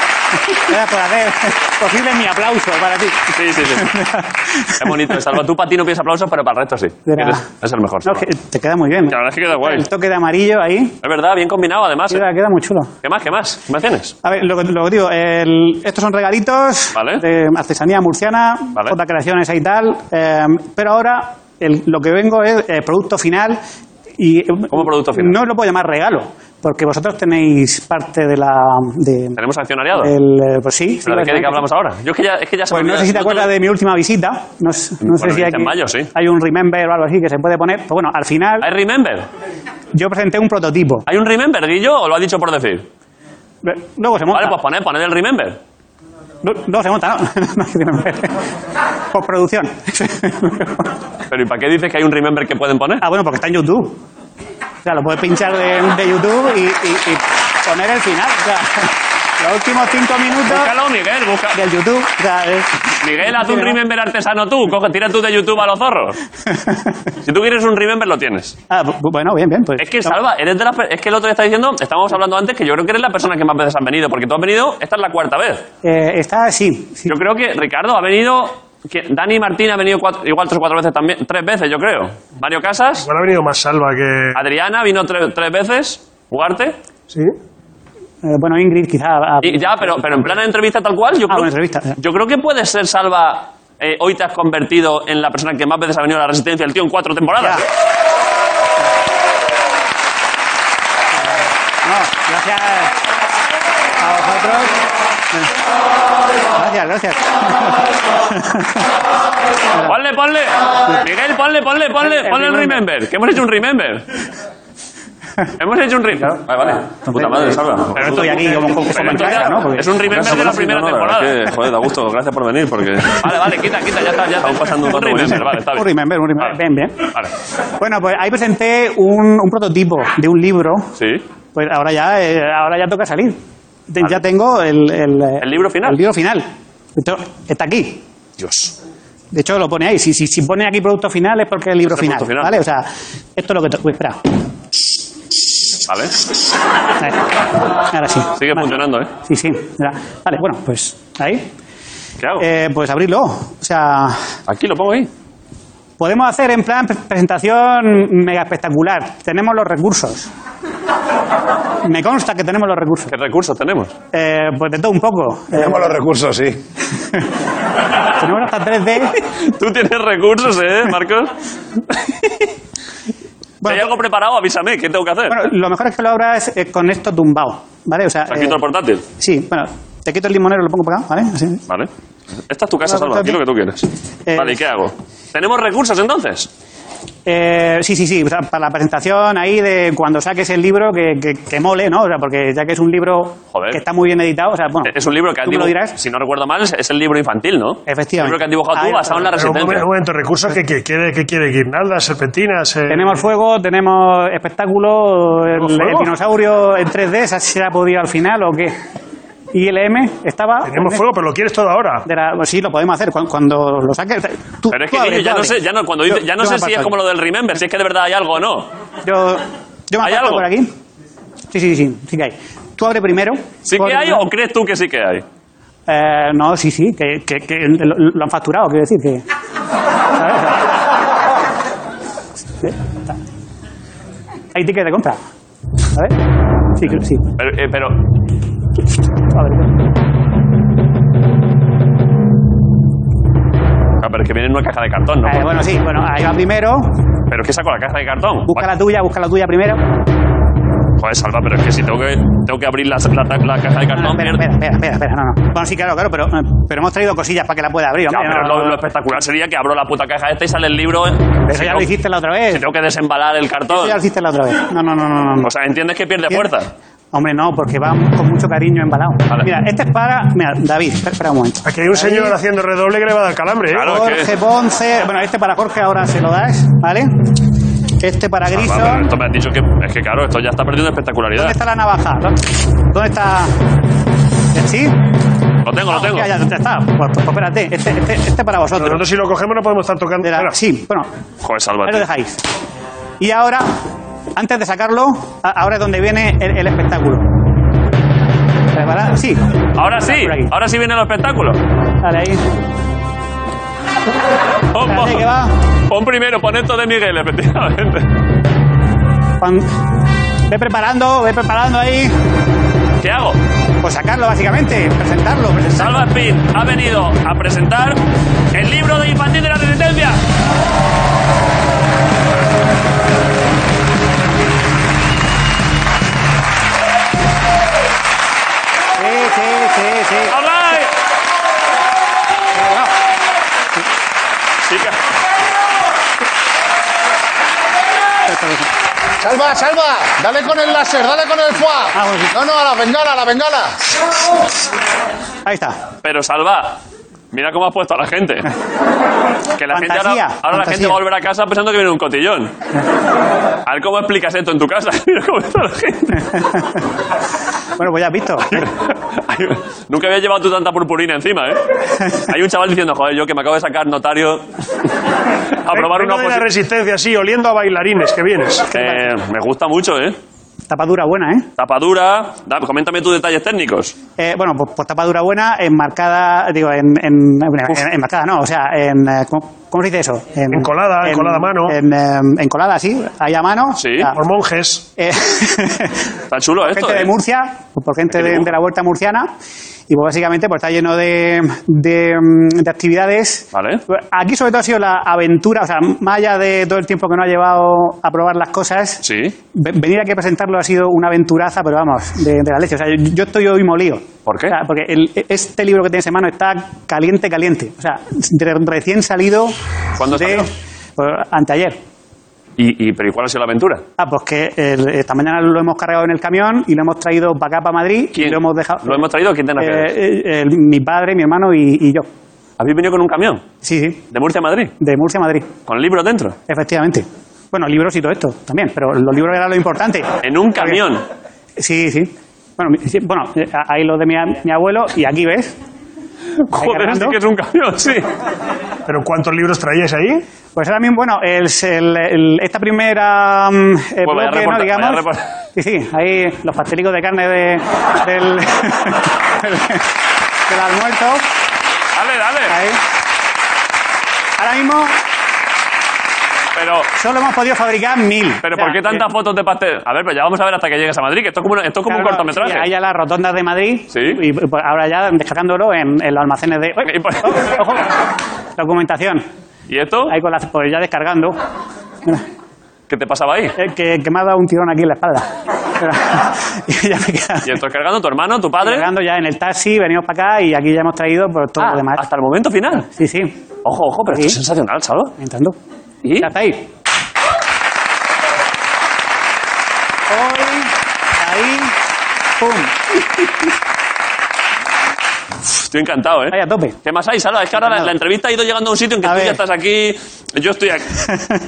[SPEAKER 11] Gracias por hacer posible mi aplauso para ti.
[SPEAKER 2] Sí, sí, sí. Es bonito. Salva, tú para ti no pides aplausos, pero para el resto sí.
[SPEAKER 11] De nada.
[SPEAKER 2] Eres- Es el mejor.
[SPEAKER 11] No,
[SPEAKER 2] Salva.
[SPEAKER 11] que te queda muy bien.
[SPEAKER 2] La verdad es que queda guay.
[SPEAKER 11] El toque de amarillo ahí.
[SPEAKER 2] Es verdad, bien combinado además. ¿eh?
[SPEAKER 11] Queda, queda muy chulo.
[SPEAKER 2] ¿Qué más? ¿Qué más? ¿Qué más tienes?
[SPEAKER 11] A ver, lo, que- lo que digo, el- estos son regalitos
[SPEAKER 2] Vale.
[SPEAKER 11] de artesanía murciana,
[SPEAKER 2] Vale.
[SPEAKER 11] J creaciones ahí y tal. eh, pero ahora el- lo que vengo es eh, producto final. Y,
[SPEAKER 2] ¿Cómo producto final?
[SPEAKER 11] No lo puedo llamar regalo, porque vosotros tenéis parte de la. De,
[SPEAKER 2] ¿Tenemos accionariado?
[SPEAKER 11] del- pues sí. sí,
[SPEAKER 2] ¿Pero de qué, de qué
[SPEAKER 11] básicamente.
[SPEAKER 2] hablamos ahora? Yo es que ya, es que ya se
[SPEAKER 11] Pues
[SPEAKER 2] me
[SPEAKER 11] no
[SPEAKER 2] olvida-
[SPEAKER 11] sé si te
[SPEAKER 2] te
[SPEAKER 11] acuerdas
[SPEAKER 2] lo-
[SPEAKER 11] de mi última visita. No, s- no sé
[SPEAKER 2] Bueno,
[SPEAKER 11] si hay,
[SPEAKER 2] en mayo, sí.
[SPEAKER 11] hay un remember o algo así que se puede poner. Pero bueno, al final
[SPEAKER 2] ¿Hay remember?
[SPEAKER 11] yo presenté un prototipo.
[SPEAKER 2] ¿Hay un remember, Guillo, o lo ha dicho por decir?
[SPEAKER 11] Luego se monta.
[SPEAKER 2] Vale, pues poned, poned el remember.
[SPEAKER 11] No, no se monta, no. No hay que tener- Postproducción.
[SPEAKER 2] Pero ¿y para qué dices que hay un remember que pueden poner?
[SPEAKER 11] ah, bueno, porque está en YouTube. O sea, lo puedes pinchar de, de YouTube y, y- y poner el final. O sea, los últimos cinco minutos
[SPEAKER 2] Búscalo, Miguel, busca.
[SPEAKER 11] del YouTube. O sea, es-
[SPEAKER 2] Miguel, haz un remember artesano tú. Coge, tira tú de YouTube a los zorros. Si tú quieres un remember, lo tienes.
[SPEAKER 11] Ah, bu- bueno, bien, bien. Pues,
[SPEAKER 2] Es que, Salva, eres de las per- es que el otro día está diciendo, estábamos hablando antes, que yo creo que eres la persona que más veces han venido, porque tú has venido, esta es la cuarta vez.
[SPEAKER 11] Eh, está así. Sí.
[SPEAKER 2] Yo creo que Ricardo ha venido, que Dani Martín ha venido cuatro- igual tres o cuatro veces también, tres veces yo creo. Mario Casas,
[SPEAKER 4] Igual ha venido más salva que.
[SPEAKER 2] Adriana vino tre- tres veces, Ugarte,
[SPEAKER 4] ¿Sí?
[SPEAKER 11] Eh, bueno, Ingrid quizá... ha-
[SPEAKER 2] Y ya, pero, pero en plan de entrevista tal cual, yo creo,
[SPEAKER 11] bueno, entrevista, ya.
[SPEAKER 2] yo creo que puede ser, Salva, eh, hoy te has convertido en la persona que más veces ha venido a la Resistencia, el tío, en cuatro temporadas.
[SPEAKER 11] No, gracias a vosotros. Gracias, gracias.
[SPEAKER 2] Ponle, ponle. Miguel, ponle, ponle, ponle. Ponle el remember. Que hemos hecho un remember. Hemos hecho un remember. Vale, vale. Puta
[SPEAKER 11] eh,
[SPEAKER 2] madre, salva.
[SPEAKER 11] Pero estoy aquí como- como
[SPEAKER 2] Pero esto
[SPEAKER 11] comentarista,
[SPEAKER 2] ya-
[SPEAKER 11] ¿no? Porque-
[SPEAKER 2] Es un remember de la primera temporada.
[SPEAKER 12] joder, da gusto. Gracias por venir, porque...
[SPEAKER 2] Vale, vale, quita, quita. Ya está, ya está. pasando un remember. Vale, está
[SPEAKER 11] Un
[SPEAKER 2] bien.
[SPEAKER 11] remember, un remember. Bien, bien.
[SPEAKER 2] Vale.
[SPEAKER 11] Bueno, pues ahí presenté un, un prototipo de un libro.
[SPEAKER 2] Sí.
[SPEAKER 11] Pues ahora ya, eh, ahora ya toca salir. Te- Ya tengo el, el, eh,
[SPEAKER 2] ¿El libro final?
[SPEAKER 11] el libro final. Esto está aquí.
[SPEAKER 2] Dios.
[SPEAKER 11] De hecho, lo pone ahí. Si, si, si pone aquí producto final es porque es el libro
[SPEAKER 2] Este es el
[SPEAKER 11] final,
[SPEAKER 2] producto final.
[SPEAKER 11] ¿Vale? O sea, esto es lo que. to- Uy, espera.
[SPEAKER 2] Vale.
[SPEAKER 11] Ahí. Ahora sí.
[SPEAKER 2] Sigue funcionando, ¿eh?
[SPEAKER 11] Sí, sí. Mira. Vale, bueno, pues ahí.
[SPEAKER 2] ¿Qué hago?
[SPEAKER 11] Eh, pues abrirlo. O sea,
[SPEAKER 2] Aquí lo pongo ahí.
[SPEAKER 11] podemos hacer en plan pre- presentación mega espectacular. Tenemos los recursos. Me consta que tenemos los recursos.
[SPEAKER 2] ¿Qué recursos tenemos?
[SPEAKER 11] Eh, pues de todo un poco. Eh,
[SPEAKER 7] Tenemos los recursos, sí.
[SPEAKER 11] tenemos hasta 3D.
[SPEAKER 2] Tú tienes recursos, ¿eh, Marcos? si hay algo preparado, avísame. ¿Qué tengo que hacer?
[SPEAKER 11] Bueno, lo mejor es que lo abras eh, con esto tumbado. ¿Vale? O sea.
[SPEAKER 2] ¿Te has quitado
[SPEAKER 11] eh,
[SPEAKER 2] el portátil?
[SPEAKER 11] sí, bueno, te quito el limonero, lo pongo para acá, ¿vale? Así.
[SPEAKER 2] Vale. Esta es tu casa,
[SPEAKER 11] Una
[SPEAKER 2] Salva. Aquí
[SPEAKER 11] portátil.
[SPEAKER 2] lo que tú quieres.
[SPEAKER 11] Eh,
[SPEAKER 2] Vale, ¿y qué hago? ¿Tenemos recursos entonces?
[SPEAKER 11] Eh, sí, sí, sí, o sea, para la presentación ahí de cuando saques el libro que, que- que mole, ¿no? O sea, porque ya que es un libro
[SPEAKER 2] Joder.
[SPEAKER 11] que está muy bien editado, o sea, bueno,
[SPEAKER 2] Eh, Es un libro que has
[SPEAKER 11] tú me lo
[SPEAKER 2] dibujado.
[SPEAKER 11] dirás. Eh.
[SPEAKER 2] Si no recuerdo mal, es es el libro infantil, ¿no?
[SPEAKER 11] Efectivamente.
[SPEAKER 2] El libro que han dibujado
[SPEAKER 11] Ahí
[SPEAKER 2] tú
[SPEAKER 11] está.
[SPEAKER 2] basado en la
[SPEAKER 4] Pero un momento,
[SPEAKER 2] resistencia.
[SPEAKER 4] un momento, recursos que, que quiere, que quiere guirnaldas, serpentinas. eh,
[SPEAKER 11] Tenemos fuego, tenemos espectáculo, el,
[SPEAKER 4] ¿Tenemos fuego?
[SPEAKER 11] el dinosaurio en 3D, ¿esa se ha podido al final o qué? ¿Y el M estaba?
[SPEAKER 4] Tenemos fuego, pero lo quieres todo ahora.
[SPEAKER 11] De la- pues sí, lo podemos hacer cuando, cuando lo saques. Tú-
[SPEAKER 2] Pero es
[SPEAKER 11] tú
[SPEAKER 2] que, niño,
[SPEAKER 11] abre, tú
[SPEAKER 2] ya no
[SPEAKER 11] abre.
[SPEAKER 2] sé, ya no, cuando dice-
[SPEAKER 11] Yo-
[SPEAKER 2] ya no
[SPEAKER 11] yo
[SPEAKER 2] sé
[SPEAKER 11] me
[SPEAKER 2] si es
[SPEAKER 11] aparto
[SPEAKER 2] como lo del Remember, si es que de verdad hay algo o no.
[SPEAKER 11] aquí. Yo, yo me
[SPEAKER 2] ¿Hay
[SPEAKER 11] aparto
[SPEAKER 2] algo?
[SPEAKER 11] por aquí. Sí, sí, sí, sí que hay. Tú abre primero.
[SPEAKER 2] ¿Sí
[SPEAKER 11] Tú
[SPEAKER 2] que
[SPEAKER 11] abre
[SPEAKER 2] hay
[SPEAKER 11] primero.
[SPEAKER 2] o crees tú que sí que hay?
[SPEAKER 11] Eh, no, sí, sí, que, que- que lo, lo han facturado, quiero decir que. ¿sabes? O sea, Hay ticket de compra. A ver. Sí, creo- sí.
[SPEAKER 2] Pero, eh, pero
[SPEAKER 11] A ver.
[SPEAKER 2] ah, pero es que viene en una caja de cartón, ¿no?
[SPEAKER 11] Eh, bueno, sí, bueno, ahí va primero.
[SPEAKER 2] ¿Pero qué saco la caja de cartón?
[SPEAKER 11] Busca la tuya, busca la tuya primero.
[SPEAKER 2] Joder, Salva, pero es que si tengo que, tengo que abrir la, la- la caja de
[SPEAKER 11] No,
[SPEAKER 2] cartón,
[SPEAKER 11] Ah, espera,
[SPEAKER 2] mierda.
[SPEAKER 11] espera, espera, espera, espera, no, no. Bueno, sí, claro, claro, pero, eh, pero hemos traído cosillas para que la pueda abrir.
[SPEAKER 2] Ya,
[SPEAKER 11] hombre,
[SPEAKER 2] pero
[SPEAKER 11] no,
[SPEAKER 2] lo,
[SPEAKER 11] no, no.
[SPEAKER 2] lo espectacular sería que abro la puta caja esta y sale el libro.
[SPEAKER 11] Eso ya lo hiciste la otra vez.
[SPEAKER 2] Si tengo que desembalar el
[SPEAKER 11] Eso
[SPEAKER 2] cartón.
[SPEAKER 11] ya lo hiciste la otra vez. No, no, no, no. no.
[SPEAKER 2] O sea, entiendes que pierde
[SPEAKER 11] ¿Entiendes?
[SPEAKER 2] fuerza.
[SPEAKER 11] Hombre, no, porque va con mucho cariño embalado.
[SPEAKER 2] Vale.
[SPEAKER 11] Mira, este es para. Mira, David, espera, espera un momento.
[SPEAKER 4] Aquí hay un señor haciendo redoble que le va a dar calambre. ¿eh?
[SPEAKER 2] Claro, es que.
[SPEAKER 11] Jorge Ponce. Bueno, este para Jorge ahora se lo das, ¿vale? Este para
[SPEAKER 2] Ah, va, pero
[SPEAKER 11] Grison.
[SPEAKER 2] esto me has dicho que. Es que claro, esto ya está perdiendo espectacularidad.
[SPEAKER 11] ¿Dónde está la navaja? ¿Dónde está.? ¿Sí?
[SPEAKER 2] Lo tengo, lo tengo.
[SPEAKER 11] Ya, ya, ya está. Pues, pues, espérate, este, este, este para vosotros.
[SPEAKER 4] Nosotros si lo cogemos no podemos estar tocando.
[SPEAKER 11] De la-
[SPEAKER 4] Espera.
[SPEAKER 11] Sí, bueno,
[SPEAKER 2] Joder,
[SPEAKER 11] ahí lo
[SPEAKER 2] sálvate.
[SPEAKER 11] dejáis. Y ahora, antes de sacarlo, a- ahora es donde viene el, el espectáculo. ¿Preparado? Sí.
[SPEAKER 2] Ahora sí,
[SPEAKER 11] Por aquí.
[SPEAKER 2] ahora sí viene el espectáculo.
[SPEAKER 11] Dale ahí.
[SPEAKER 2] Pon,
[SPEAKER 11] Espérate,
[SPEAKER 2] pon-
[SPEAKER 11] que va.
[SPEAKER 2] pon primero, pon esto de Miguel, efectivamente.
[SPEAKER 11] Pan- Ve preparando, ve preparando ahí.
[SPEAKER 2] ¿Qué hago?
[SPEAKER 11] Pues sacarlo, básicamente. Presentarlo, presentarlo.
[SPEAKER 2] Salva Spin ha venido a presentar el libro de infantil de la resistencia.
[SPEAKER 11] Sí, sí, sí, sí.
[SPEAKER 2] All right. Sí que-
[SPEAKER 7] ¡Salva, salva! ¡Dale con el láser, dale con el fuá!
[SPEAKER 11] Ah, bueno, sí.
[SPEAKER 7] No, no, a la bengala, a la bengala.
[SPEAKER 11] Ahí está.
[SPEAKER 2] Pero Salva, mira cómo has puesto a la gente. Que la gente
[SPEAKER 11] Fantasía,
[SPEAKER 2] ahora, ahora la
[SPEAKER 11] fantasía.
[SPEAKER 2] gente va a volver a casa pensando que viene un cotillón. A ver cómo explicas esto en tu casa. Mira cómo está la gente.
[SPEAKER 11] bueno, pues ya has visto.
[SPEAKER 2] Hay- Nunca había llevado tú tanta purpurina encima, ¿eh? Hay un chaval diciendo, joder, yo que me acabo de sacar notario a probar
[SPEAKER 4] Vengo
[SPEAKER 2] una
[SPEAKER 4] de la
[SPEAKER 2] oposición.
[SPEAKER 4] resistencia, sí, oliendo a bailarines, que vienes.
[SPEAKER 2] Eh, me gusta mucho, ¿eh?
[SPEAKER 11] Tapadura buena, ¿eh?
[SPEAKER 5] Tapadura. Da- coméntame tus detalles técnicos.
[SPEAKER 11] Eh, bueno, pues, pues tapadura buena, enmarcada, digo, en, en- en- enmarcada, no, o sea, en, eh, ¿cómo, cómo se dice eso? En,
[SPEAKER 4] Encolada, encolada a mano.
[SPEAKER 11] En, em, encolada, sí, ahí a mano. eh,
[SPEAKER 5] Sí.
[SPEAKER 4] Por monjes.
[SPEAKER 5] Está chulo esto.
[SPEAKER 11] gente
[SPEAKER 5] ¿eh?
[SPEAKER 11] de Murcia, pues, por gente de, de la Huerta Murciana. Y pues básicamente pues está lleno de, de, mm, de actividades. Aquí sobre todo ha sido la aventura, o sea, más allá de todo el tiempo que nos ha llevado a probar las cosas, ve- venir aquí a presentarlo ha sido una aventuraza, pero vamos, de, de la leche. O sea, yo, yo estoy hoy molido.
[SPEAKER 5] ¿Por qué?
[SPEAKER 11] O sea, porque el- este libro que tienes en mano está caliente, caliente. O sea, de- recién salido.
[SPEAKER 5] ¿Cuándo
[SPEAKER 11] de,
[SPEAKER 5] salió?
[SPEAKER 11] pues, anteayer.
[SPEAKER 5] ¿Y, y- pero ¿y cuál ha sido la aventura?
[SPEAKER 11] Ah, pues que el- esta mañana lo hemos cargado en el camión y lo hemos traído para acá, para Madrid. Y lo hemos dejado.
[SPEAKER 5] ¿Lo hemos traído? ¿Quién te
[SPEAKER 11] Eh,
[SPEAKER 5] refieres?
[SPEAKER 11] eh, el- mi padre, mi hermano y, y yo.
[SPEAKER 5] ¿Habéis venido con un camión?
[SPEAKER 11] Sí, sí.
[SPEAKER 5] ¿De Murcia a Madrid?
[SPEAKER 11] De Murcia a Madrid.
[SPEAKER 5] ¿Con libros dentro?
[SPEAKER 11] Efectivamente. Bueno, libros y todo esto también, pero los libros era lo importante.
[SPEAKER 5] En un camión.
[SPEAKER 11] Sí, sí. Bueno, mi- sí, bueno eh, ahí los de mi, a- mi abuelo y aquí ves.
[SPEAKER 5] Joder, sí que es un camión, sí.
[SPEAKER 11] ¿Pero cuántos libros traías ahí? Pues ahora mismo, bueno, el, el- el- esta primera mm, eh,
[SPEAKER 5] vaya
[SPEAKER 11] bloque, ¿no?
[SPEAKER 5] reporta- vaya
[SPEAKER 11] digamos.
[SPEAKER 5] reporta-
[SPEAKER 11] Sí, sí, ahí los pastelicos de carne de, del, del almuerzo.
[SPEAKER 5] Dale, dale.
[SPEAKER 11] Ahora mismo
[SPEAKER 5] Pero,
[SPEAKER 11] solo hemos podido fabricar mil.
[SPEAKER 5] pero
[SPEAKER 11] O sea,
[SPEAKER 5] ¿por qué tantas
[SPEAKER 11] eh,
[SPEAKER 5] fotos de pastel? A ver, pero ya vamos a ver hasta que llegues a Madrid, que esto es como, una- esto es como
[SPEAKER 11] claro,
[SPEAKER 5] un cortometraje.
[SPEAKER 11] sí, Ahí ya las rotondas de Madrid. Y pues, ahora ya descargándolo en, en los almacenes de. ¡Uy! Ojo, Documentación.
[SPEAKER 5] ¿Y esto?
[SPEAKER 11] Ahí con las, pues ya descargando.
[SPEAKER 5] ¿Qué te pasaba ahí?
[SPEAKER 11] Eh, que, que me ha dado un tirón aquí en la espalda. y ya me queda.
[SPEAKER 5] ¿Y esto es cargando tu hermano, tu padre?
[SPEAKER 11] Cargando ya en el taxi, venimos para acá y aquí ya hemos traído por
[SPEAKER 5] Ah,
[SPEAKER 11] todo lo demás.
[SPEAKER 5] ¿Hasta el momento final?
[SPEAKER 11] Sí, sí.
[SPEAKER 5] Ojo, ojo, pero esto es sensacional, chaval.
[SPEAKER 11] Entrando.
[SPEAKER 5] ¿Y?
[SPEAKER 11] Ya está ahí. Hoy, ahí, pum.
[SPEAKER 5] Estoy encantado, ¿eh?
[SPEAKER 11] Ahí a tope.
[SPEAKER 5] ¿Qué más hay, Sala? Es que ahora la, la entrevista ha ido llegando a un sitio en que tú ya estás aquí, yo estoy aquí.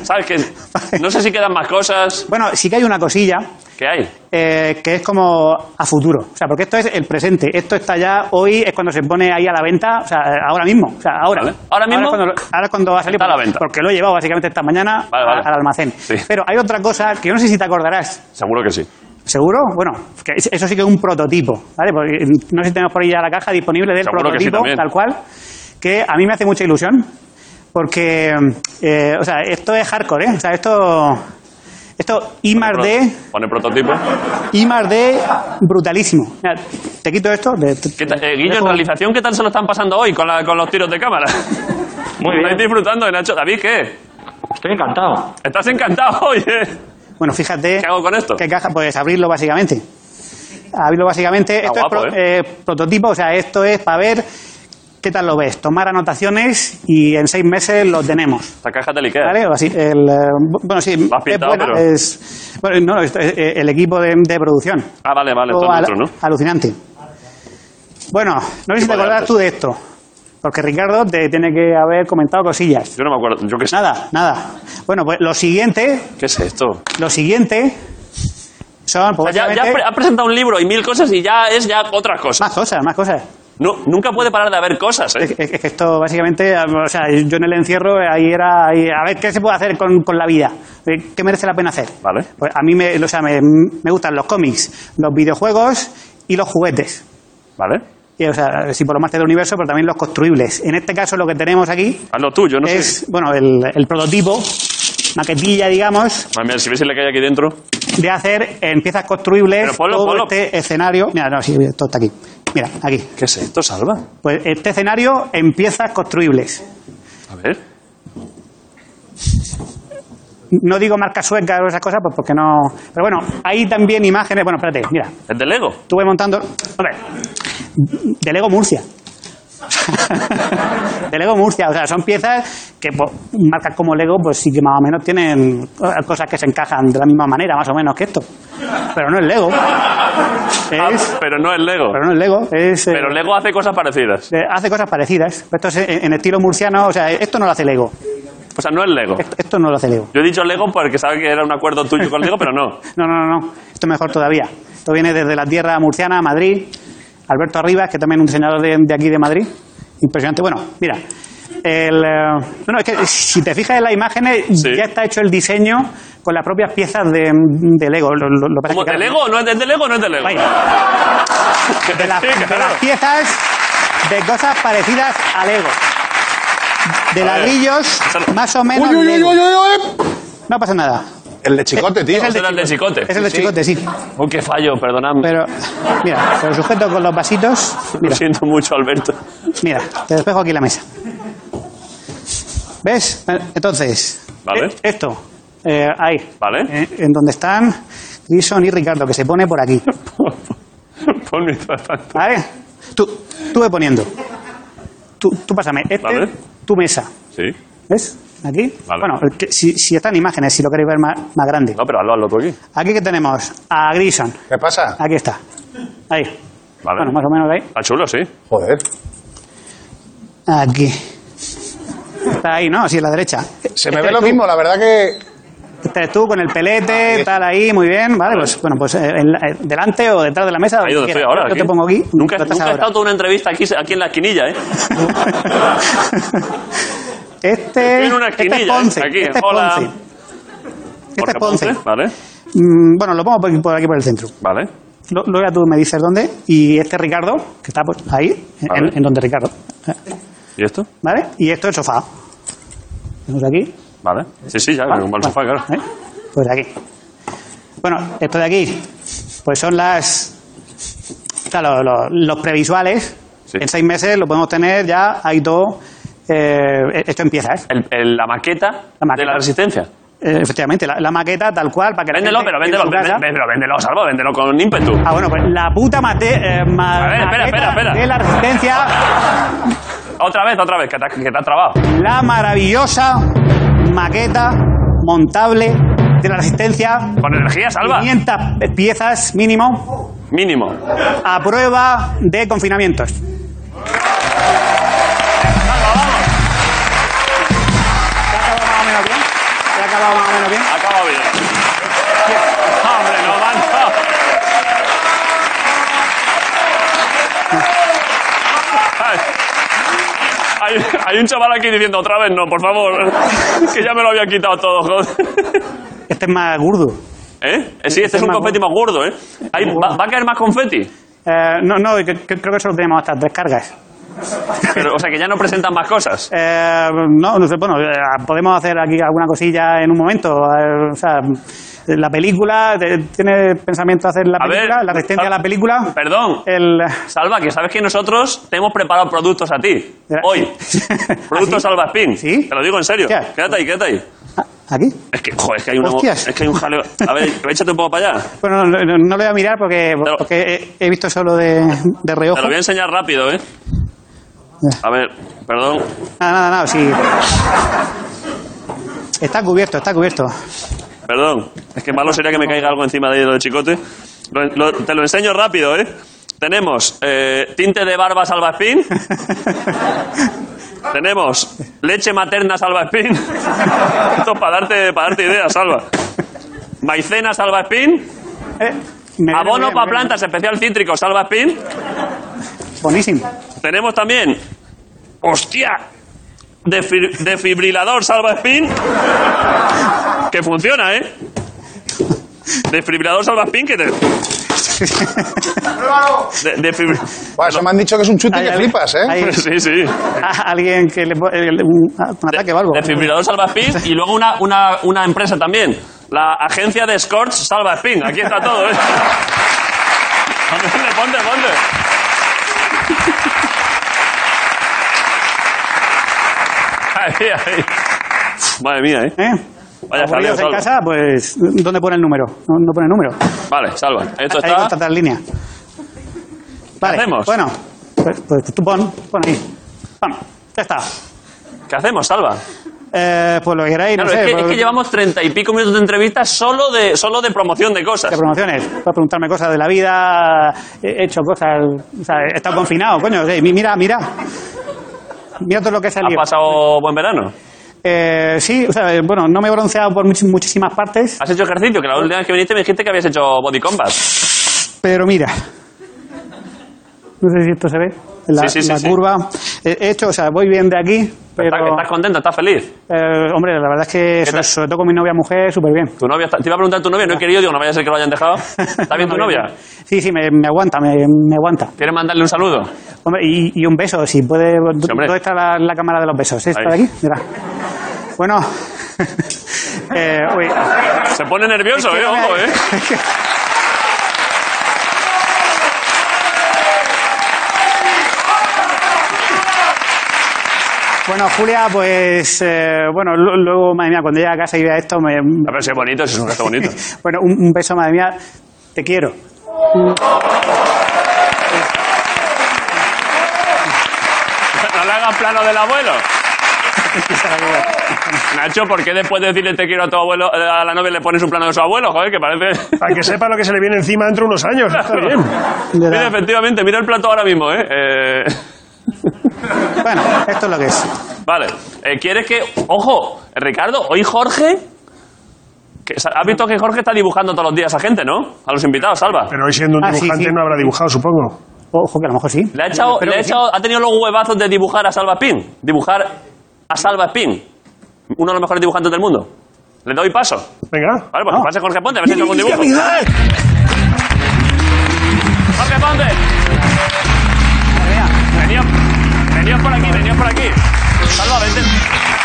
[SPEAKER 5] ¿Sabes qué? No sé si quedan más cosas.
[SPEAKER 11] Bueno, sí que hay una cosilla.
[SPEAKER 5] ¿Qué hay?
[SPEAKER 11] eh, que es como a futuro. O sea, porque esto es el presente. Esto está ya hoy, es cuando se pone ahí a la venta, o sea, eh, ahora mismo. O sea, ahora.
[SPEAKER 5] Vale. ¿Ahora mismo?
[SPEAKER 11] es cuando, lo- ahora es cuando va a salir.
[SPEAKER 5] Está a la
[SPEAKER 11] porque-
[SPEAKER 5] venta.
[SPEAKER 11] Porque lo he llevado básicamente esta mañana
[SPEAKER 5] Vale, vale.
[SPEAKER 11] a- al almacén.
[SPEAKER 5] Sí.
[SPEAKER 11] Pero hay otra cosa que yo no sé si te acordarás.
[SPEAKER 5] Seguro que sí.
[SPEAKER 11] ¿Seguro? Bueno, que es- eso sí que es un prototipo, ¿vale? Porque eh, no sé si tenemos por ahí ya la caja disponible del
[SPEAKER 5] Seguro que sí
[SPEAKER 11] prototipo,
[SPEAKER 5] también.
[SPEAKER 11] tal cual, que a mí me hace mucha ilusión, porque, eh, o sea, esto es hardcore, ¿eh? O sea, esto, esto I más D,
[SPEAKER 5] Pone prototipo.
[SPEAKER 11] I más D brutalísimo. Mira, te quito esto. te- te-
[SPEAKER 5] ¿Qué ta- eh, Guillo, en realización, ¿qué tal se lo están pasando hoy con, la- con los tiros de cámara?
[SPEAKER 11] Muy bien.
[SPEAKER 5] ¿Estáis disfrutando, Nacho? David, ¿qué?
[SPEAKER 11] Estoy encantado.
[SPEAKER 5] ¿Estás encantado hoy, eh?
[SPEAKER 11] Bueno, fíjate.
[SPEAKER 5] ¿Qué hago con esto?
[SPEAKER 11] ¿Qué caja? Pues abrirlo básicamente. Abrirlo básicamente.
[SPEAKER 5] Está
[SPEAKER 11] esto
[SPEAKER 5] guapo,
[SPEAKER 11] es eh, prototipo, o sea, esto es para ver qué tal lo ves. Tomar anotaciones y en seis meses lo tenemos.
[SPEAKER 5] Esta caja del Ikea.
[SPEAKER 11] ¿Vale? O así, el, eh, bu- bueno, sí, es
[SPEAKER 5] pintado,
[SPEAKER 11] buena,
[SPEAKER 5] pero-
[SPEAKER 11] es- bueno, no, esto es, eh, el equipo de, de producción.
[SPEAKER 5] Ah, vale, vale,
[SPEAKER 11] Todo
[SPEAKER 5] todo
[SPEAKER 11] al-
[SPEAKER 5] nuestro, ¿no?
[SPEAKER 11] Alucinante. Bueno, no sé si te
[SPEAKER 5] pues-
[SPEAKER 11] acordarás tú de esto, porque Ricardo te tiene que haber comentado cosillas.
[SPEAKER 5] Yo no me acuerdo. Yo qué sé.
[SPEAKER 11] Nada, nada. Bueno, pues lo siguiente,
[SPEAKER 5] ¿Qué es esto?
[SPEAKER 11] lo siguiente son
[SPEAKER 5] O
[SPEAKER 11] pues,
[SPEAKER 5] sea, ya, ya
[SPEAKER 11] básicamente,
[SPEAKER 5] pre- ha presentado un libro y mil cosas y ya es ya otras cosas.
[SPEAKER 11] más cosas, más cosas.
[SPEAKER 5] No, nunca puede parar de haber cosas, ¿eh?
[SPEAKER 11] Es que esto básicamente, o sea, yo en el encierro ahí era, ahí, a ver qué se puede hacer con, con la vida, Eh, qué merece la pena hacer.
[SPEAKER 5] Vale.
[SPEAKER 11] Pues a mí me, o sea, me, me gustan los cómics, los videojuegos y los juguetes.
[SPEAKER 5] Vale.
[SPEAKER 11] Y, o sea, sí, por lo más del universo, pero también los construibles. En este caso lo que tenemos aquí
[SPEAKER 5] Haz lo tuyo, no
[SPEAKER 11] es,
[SPEAKER 5] sé.
[SPEAKER 11] bueno, el, el prototipo, maquetilla, digamos,
[SPEAKER 5] Madre mía, si ves la que hay aquí dentro.
[SPEAKER 11] de hacer en piezas construibles
[SPEAKER 5] Pero ponlo,
[SPEAKER 11] todo
[SPEAKER 5] ponlo.
[SPEAKER 11] este escenario. Mira, no, sí, todo está aquí. Mira, aquí.
[SPEAKER 5] ¿Qué es esto, Salva?
[SPEAKER 11] Pues este escenario en piezas construibles.
[SPEAKER 5] A ver.
[SPEAKER 11] No digo marca sueca o esas cosas, pues porque no. Pero bueno, hay también imágenes. Bueno, espérate, mira.
[SPEAKER 5] ¿Es de Lego?
[SPEAKER 11] Estuve montando. Hombre, de Lego Murcia. de Lego Murcia. O sea, son piezas que pues, marcas como Lego, pues sí que más o menos tienen eh, cosas que se encajan de la misma manera, más o menos que esto. Pero no es Lego.
[SPEAKER 5] Ah,
[SPEAKER 11] Es-
[SPEAKER 5] Pero no es Lego.
[SPEAKER 11] pero no es Lego. Es, eh,
[SPEAKER 5] Pero Lego hace cosas parecidas.
[SPEAKER 11] eh, hace cosas parecidas. Esto es en, en estilo murciano. O sea, esto no lo hace Lego.
[SPEAKER 5] O sea, no es Lego.
[SPEAKER 11] Esto no lo hace Lego.
[SPEAKER 5] Yo he dicho Lego porque sabía que era un acuerdo tuyo con Lego, pero no.
[SPEAKER 11] No, no, no, no. Esto es mejor todavía. Esto viene desde la tierra murciana, Madrid. Alberto Arribas, que también es un diseñador de, de aquí de Madrid. Impresionante. Bueno, mira, el, eh, no, no, es que si te fijas en las imágenes, ya está hecho el diseño con las propias piezas de, de Lego. Lo, lo- lo que pasa es
[SPEAKER 2] ¿Cómo?
[SPEAKER 11] que,
[SPEAKER 2] ¿De
[SPEAKER 11] claro,
[SPEAKER 2] Lego? ¿No es de, es de Lego o no es de Lego?
[SPEAKER 11] de las, de las piezas de cosas parecidas a Lego. De
[SPEAKER 2] A ver.
[SPEAKER 11] ladrillos, más o menos.
[SPEAKER 7] Uy, uy, uy,
[SPEAKER 11] Lego.
[SPEAKER 7] uy,
[SPEAKER 11] No pasa nada.
[SPEAKER 7] El de chicote, tío.
[SPEAKER 11] Es el
[SPEAKER 2] Ese
[SPEAKER 11] de
[SPEAKER 2] era el de chicote.
[SPEAKER 11] Es el de chicote, sí.
[SPEAKER 2] Uy, qué fallo, perdonadme.
[SPEAKER 11] Pero, mira, te lo sujeto con los vasitos.
[SPEAKER 2] Lo siento mucho, Alberto.
[SPEAKER 11] Mira, te despejo aquí la mesa. ¿Ves? Entonces,
[SPEAKER 2] Vale.
[SPEAKER 11] e- esto, eh, ahí.
[SPEAKER 2] Vale.
[SPEAKER 11] Eh, en donde están Gison y Ricardo, que se pone por aquí.
[SPEAKER 2] Pon mientras tanto.
[SPEAKER 11] ¿Vale? Tú, tú ve poniendo. Tú, tú pásame. Este,
[SPEAKER 2] Vale.
[SPEAKER 11] tu mesa.
[SPEAKER 2] Sí.
[SPEAKER 11] ¿Ves? Aquí.
[SPEAKER 2] Vale.
[SPEAKER 11] Bueno, el que- si, si están imágenes, si lo queréis ver más, más grande.
[SPEAKER 2] No, pero hazlo, hazlo tú aquí.
[SPEAKER 11] Aquí que tenemos a Grison.
[SPEAKER 7] ¿Qué pasa?
[SPEAKER 11] Aquí está. Ahí.
[SPEAKER 2] Vale.
[SPEAKER 11] Bueno, más o menos ahí.
[SPEAKER 2] Está chulo, sí.
[SPEAKER 7] Joder.
[SPEAKER 11] Aquí. Está ahí, ¿no? Así a la derecha.
[SPEAKER 7] Se me ve lo mismo, la verdad que.
[SPEAKER 11] Estás tú con el pelete, tal ahí, muy bien, vale, pues bueno, pues eh, en la- eh, delante o detrás de la mesa.
[SPEAKER 2] Ahí donde
[SPEAKER 11] quieras.
[SPEAKER 2] estoy ahora.
[SPEAKER 11] Yo
[SPEAKER 2] aquí.
[SPEAKER 11] te pongo aquí.
[SPEAKER 2] Nunca,
[SPEAKER 11] tú estás
[SPEAKER 2] nunca he
[SPEAKER 11] ahora.
[SPEAKER 2] estado toda una entrevista aquí, aquí en la esquinilla, ¿eh?
[SPEAKER 11] Este,
[SPEAKER 2] Estoy en una
[SPEAKER 11] este es
[SPEAKER 2] esquinilla, ¿eh?
[SPEAKER 11] Ponce.
[SPEAKER 2] aquí.
[SPEAKER 11] Este es
[SPEAKER 2] Hola.
[SPEAKER 11] Ponce. Este es
[SPEAKER 2] Jorge
[SPEAKER 11] Ponce.
[SPEAKER 2] Vale,
[SPEAKER 11] Mm, bueno, lo pongo por aquí por, aquí por el centro.
[SPEAKER 2] vale.
[SPEAKER 11] Lo- Luego ya tú me dices dónde. Y este Ricardo, que está por ahí, en-
[SPEAKER 2] Vale.
[SPEAKER 11] en, en donde Ricardo. ¿eh?
[SPEAKER 2] ¿Y esto?
[SPEAKER 11] ¿Vale? Y esto es el sofá. Tenemos aquí.
[SPEAKER 2] Vale. Sí, sí, ya, como el Ah, sofá, claro.
[SPEAKER 11] ¿eh? Pues aquí. Bueno, esto de aquí, pues son las. claro, lo- los, previsuales. En seis meses lo podemos tener ya, hay todo. eh, esto empieza, ¿eh?
[SPEAKER 2] El- el- la, maqueta de la resistencia.
[SPEAKER 11] Eh, efectivamente, la, la maqueta tal cual para que la
[SPEAKER 2] Véndelo,
[SPEAKER 11] gente
[SPEAKER 2] pero
[SPEAKER 11] en su
[SPEAKER 2] véndelo,
[SPEAKER 11] casa-
[SPEAKER 2] véndelo, véndelo, véndelo, salvo, véndelo con ímpetu.
[SPEAKER 11] Ah, bueno, pues la puta mate, eh, ma-
[SPEAKER 2] A ver, espera,
[SPEAKER 11] maqueta
[SPEAKER 2] espera, espera.
[SPEAKER 11] de la resistencia,
[SPEAKER 2] Otra vez, otra vez, que te, que te has trabado.
[SPEAKER 11] la maravillosa maqueta montable de la resistencia.
[SPEAKER 2] Con energía, salva.
[SPEAKER 11] 500 piezas mínimo.
[SPEAKER 2] Mínimo.
[SPEAKER 11] a prueba de confinamientos. ¿Te ha acabado más o menos bien? ¿Te ha acabado más o menos bien?
[SPEAKER 2] Acaba bien. Hombre, no manda. Ay. Hay, hay un chaval aquí diciendo otra vez no, por favor. Que ya me lo había quitado todo, joder.
[SPEAKER 11] Este es más gordo.
[SPEAKER 2] ¿Eh? Eh, Sí, este es un
[SPEAKER 11] más
[SPEAKER 2] confeti más gordo, ¿eh? Ahí va, va a caer más confeti.
[SPEAKER 11] Eh, no, no, que- que- creo que solo tenemos hasta tres cargas.
[SPEAKER 2] Pero, o sea, que ya no presentan más cosas.
[SPEAKER 11] Eh, no, no sé, bueno, eh, podemos hacer aquí alguna cosilla en un momento. eh, o sea, la película, te- ¿tiene pensamiento hacer la
[SPEAKER 2] A ver, ah,
[SPEAKER 11] película? ¿La resistencia a la película?
[SPEAKER 2] Perdón.
[SPEAKER 11] El... eh,
[SPEAKER 2] Salva, que sabes que nosotros te hemos preparado productos a ti.
[SPEAKER 11] Era-
[SPEAKER 2] Hoy. Productos
[SPEAKER 11] ¿Ah, sí?
[SPEAKER 2] Salva Spin.
[SPEAKER 11] ¿Sí?
[SPEAKER 2] Te lo digo en serio.
[SPEAKER 11] Hostia.
[SPEAKER 2] Quédate ahí, quédate ahí.
[SPEAKER 11] ¿Aquí?
[SPEAKER 2] Es que, joder, es que hay, una,
[SPEAKER 11] Hostias.
[SPEAKER 2] es que hay un jaleo. A ver, échate un poco para allá.
[SPEAKER 11] Bueno, no, no- no lo voy a mirar porque, porque he, he visto solo de, de
[SPEAKER 2] Te
[SPEAKER 11] reojo.
[SPEAKER 2] lo voy a enseñar rápido, ¿eh? A ver, perdón.
[SPEAKER 11] Nada, nada, nada, sí. Está cubierto, está cubierto.
[SPEAKER 2] Perdón. Es que malo sería que me caiga algo encima de ahí, lo de chicote. Lo- lo- te lo enseño rápido, ¿eh? Tenemos eh, tinte de barba Salva Spin. Tenemos leche materna Salva Spin. Esto es para darte, para darte ideas, Salva. Maicena Salva Spin.
[SPEAKER 11] Eh, me viene muy
[SPEAKER 2] Abono para
[SPEAKER 11] bien, me viene
[SPEAKER 2] plantas especial cítrico Salva Spin.
[SPEAKER 11] bien. Buenísimo.
[SPEAKER 2] Tenemos también. ¡Hostia! Defi- defibrilador Salva Spin. Que funciona, ¿eh? Defibrilador Salva Spin que te. De- defibri-
[SPEAKER 7] Buah, eso me han dicho que es un chute
[SPEAKER 11] Ahí,
[SPEAKER 7] que
[SPEAKER 11] ahí,
[SPEAKER 7] flipas, ¿eh?
[SPEAKER 11] ahí.
[SPEAKER 2] Sí, sí.
[SPEAKER 11] A- Alguien que le po- eh, le- un, a- un ataque o algo.
[SPEAKER 2] Defibrilador Salva Spin y luego una, una, una empresa también. La agencia de Scorch Salva Spin. Aquí está todo, ¿eh? Ponte, ponte, ponte. Ahí, ahí. Madre mía, ¿eh?
[SPEAKER 11] ¿Eh?
[SPEAKER 2] Vaya jaleo,
[SPEAKER 11] Aburridos en
[SPEAKER 2] Salva.
[SPEAKER 11] casa, pues ¿dónde pone el número? No, no pone el número.
[SPEAKER 2] Vale, Salva. Esto
[SPEAKER 11] Hay que
[SPEAKER 2] está.
[SPEAKER 11] contratar línea. Vale.
[SPEAKER 2] hacemos?
[SPEAKER 11] Bueno, pues, pues tú pon, pon ahí. Pon. Ya está.
[SPEAKER 2] ¿Qué hacemos, Salva?
[SPEAKER 11] Eh, pues lo que queráis,
[SPEAKER 2] Claro,
[SPEAKER 11] no sé.
[SPEAKER 2] es, que,
[SPEAKER 11] pues-
[SPEAKER 2] es que llevamos treinta y pico minutos de entrevista solo de, solo de promoción de cosas.
[SPEAKER 11] de promociones. Puedes preguntarme cosas de la vida, he hecho cosas, o sea, he estado confinado, coño. o sea, mi- mira, mira. Mira todo lo que he
[SPEAKER 2] ¿Ha
[SPEAKER 11] salido.
[SPEAKER 2] pasado buen verano?
[SPEAKER 11] Eh, sí, o sea, eh, bueno, no me he bronceado por much- muchísimas partes,
[SPEAKER 2] ¿Has hecho ejercicio? Que la última vez que viniste me dijiste que habías hecho body combat.
[SPEAKER 11] pero mira. No sé si esto se ve, la,
[SPEAKER 2] Sí, sí, sí,
[SPEAKER 11] la
[SPEAKER 2] sí.
[SPEAKER 11] curva. Eh, He hecho, o sea, voy bien de aquí, Pero,
[SPEAKER 2] ¿Estás, estás contenta? ¿Estás feliz?
[SPEAKER 11] eh, hombre, la verdad es que, sobre, sobre todo con mi novia mujer, súper bien.
[SPEAKER 2] ¿Tu novia está- Te iba a preguntar tu novia, no he querido, digo, no vaya a ser que lo hayan dejado. ¿Está bien tu novia?
[SPEAKER 11] Sí, sí, me, me aguanta, me, me aguanta.
[SPEAKER 2] ¿Quieres mandarle un saludo?
[SPEAKER 11] Hombre, y, y un beso, si puede.
[SPEAKER 2] hombre.
[SPEAKER 11] ¿Dónde está la, la cámara de los besos? ¿Está
[SPEAKER 2] Ahí.
[SPEAKER 11] aquí? Mira. Bueno. eh, uy.
[SPEAKER 2] Se pone nervioso,
[SPEAKER 11] Es que
[SPEAKER 2] eh,
[SPEAKER 11] no me-
[SPEAKER 2] ojo, eh.
[SPEAKER 11] Bueno, Julia, pues. eh, bueno, lu- luego, madre mía, cuando llegue a casa y vea esto, me.
[SPEAKER 2] A ver si es bonito, si es un gesto bonito.
[SPEAKER 11] Bueno, un, un beso, madre mía. Te quiero.
[SPEAKER 2] No le hagas plano del abuelo. Nacho, ¿por qué después de decirle te quiero a tu abuelo, eh, a la novia le pones un plano de su abuelo? Joder, que parece.
[SPEAKER 4] Para que sepa lo que se le viene encima dentro de unos años. Está bien.
[SPEAKER 2] Mira, efectivamente, mira el plato ahora mismo, ¿eh? Eh,
[SPEAKER 11] Bueno, esto es lo que es.
[SPEAKER 2] Vale. Eh, ¿Quieres que.? Ojo, Ricardo, hoy Jorge. que- ¿Has visto que Jorge está dibujando todos los días a gente, no? A los invitados, Salva.
[SPEAKER 4] Pero hoy siendo un
[SPEAKER 11] Ah, sí,
[SPEAKER 4] dibujante
[SPEAKER 11] sí.
[SPEAKER 4] no habrá dibujado, supongo.
[SPEAKER 11] Ojo, que a lo mejor sí.
[SPEAKER 2] Le ha, echado, le ha, echado- ha tenido los huevazos de dibujar a Salva Spin. Dibujar a Salva Spin. Uno de los mejores dibujantes del mundo. Le doy paso.
[SPEAKER 4] Venga. Ah,
[SPEAKER 2] Vale, pues que pase Jorge Ponte, a ver si hay algún dibujo. Jorge Ponte. Veníos, veníos por aquí, veníos por aquí. Salva, vente,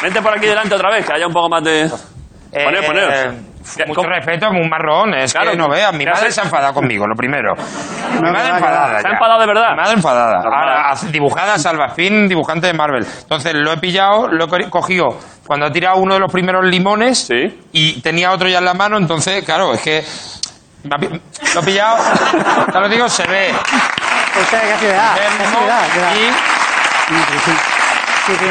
[SPEAKER 2] vente por aquí delante otra vez, que haya un poco más de...
[SPEAKER 5] Eh,
[SPEAKER 2] Poneos, poneos.
[SPEAKER 5] eh, Mucho respeto, es un marrón, es
[SPEAKER 2] Claro.
[SPEAKER 5] que no veas. Mi
[SPEAKER 2] ¿Qué
[SPEAKER 5] madre
[SPEAKER 2] haces?
[SPEAKER 5] se ha enfadado conmigo, lo primero. Mi madre
[SPEAKER 2] verdad,
[SPEAKER 5] enfadada.
[SPEAKER 2] se ha
[SPEAKER 5] ya.
[SPEAKER 2] enfadado de verdad.
[SPEAKER 5] Mi madre enfadada.
[SPEAKER 2] Normal.
[SPEAKER 5] Ahora, haz- dibujada, Salvafín, dibujante de Marvel. Entonces lo he pillado, lo he co- cogido cuando ha tirado uno de los primeros limones y tenía otro ya en la mano, entonces, claro, es que. me ha pi- Lo he pillado, ya lo digo, se ve.
[SPEAKER 11] Usted, casi de edad. Casi de edad, de edad. Sí, sí, sí,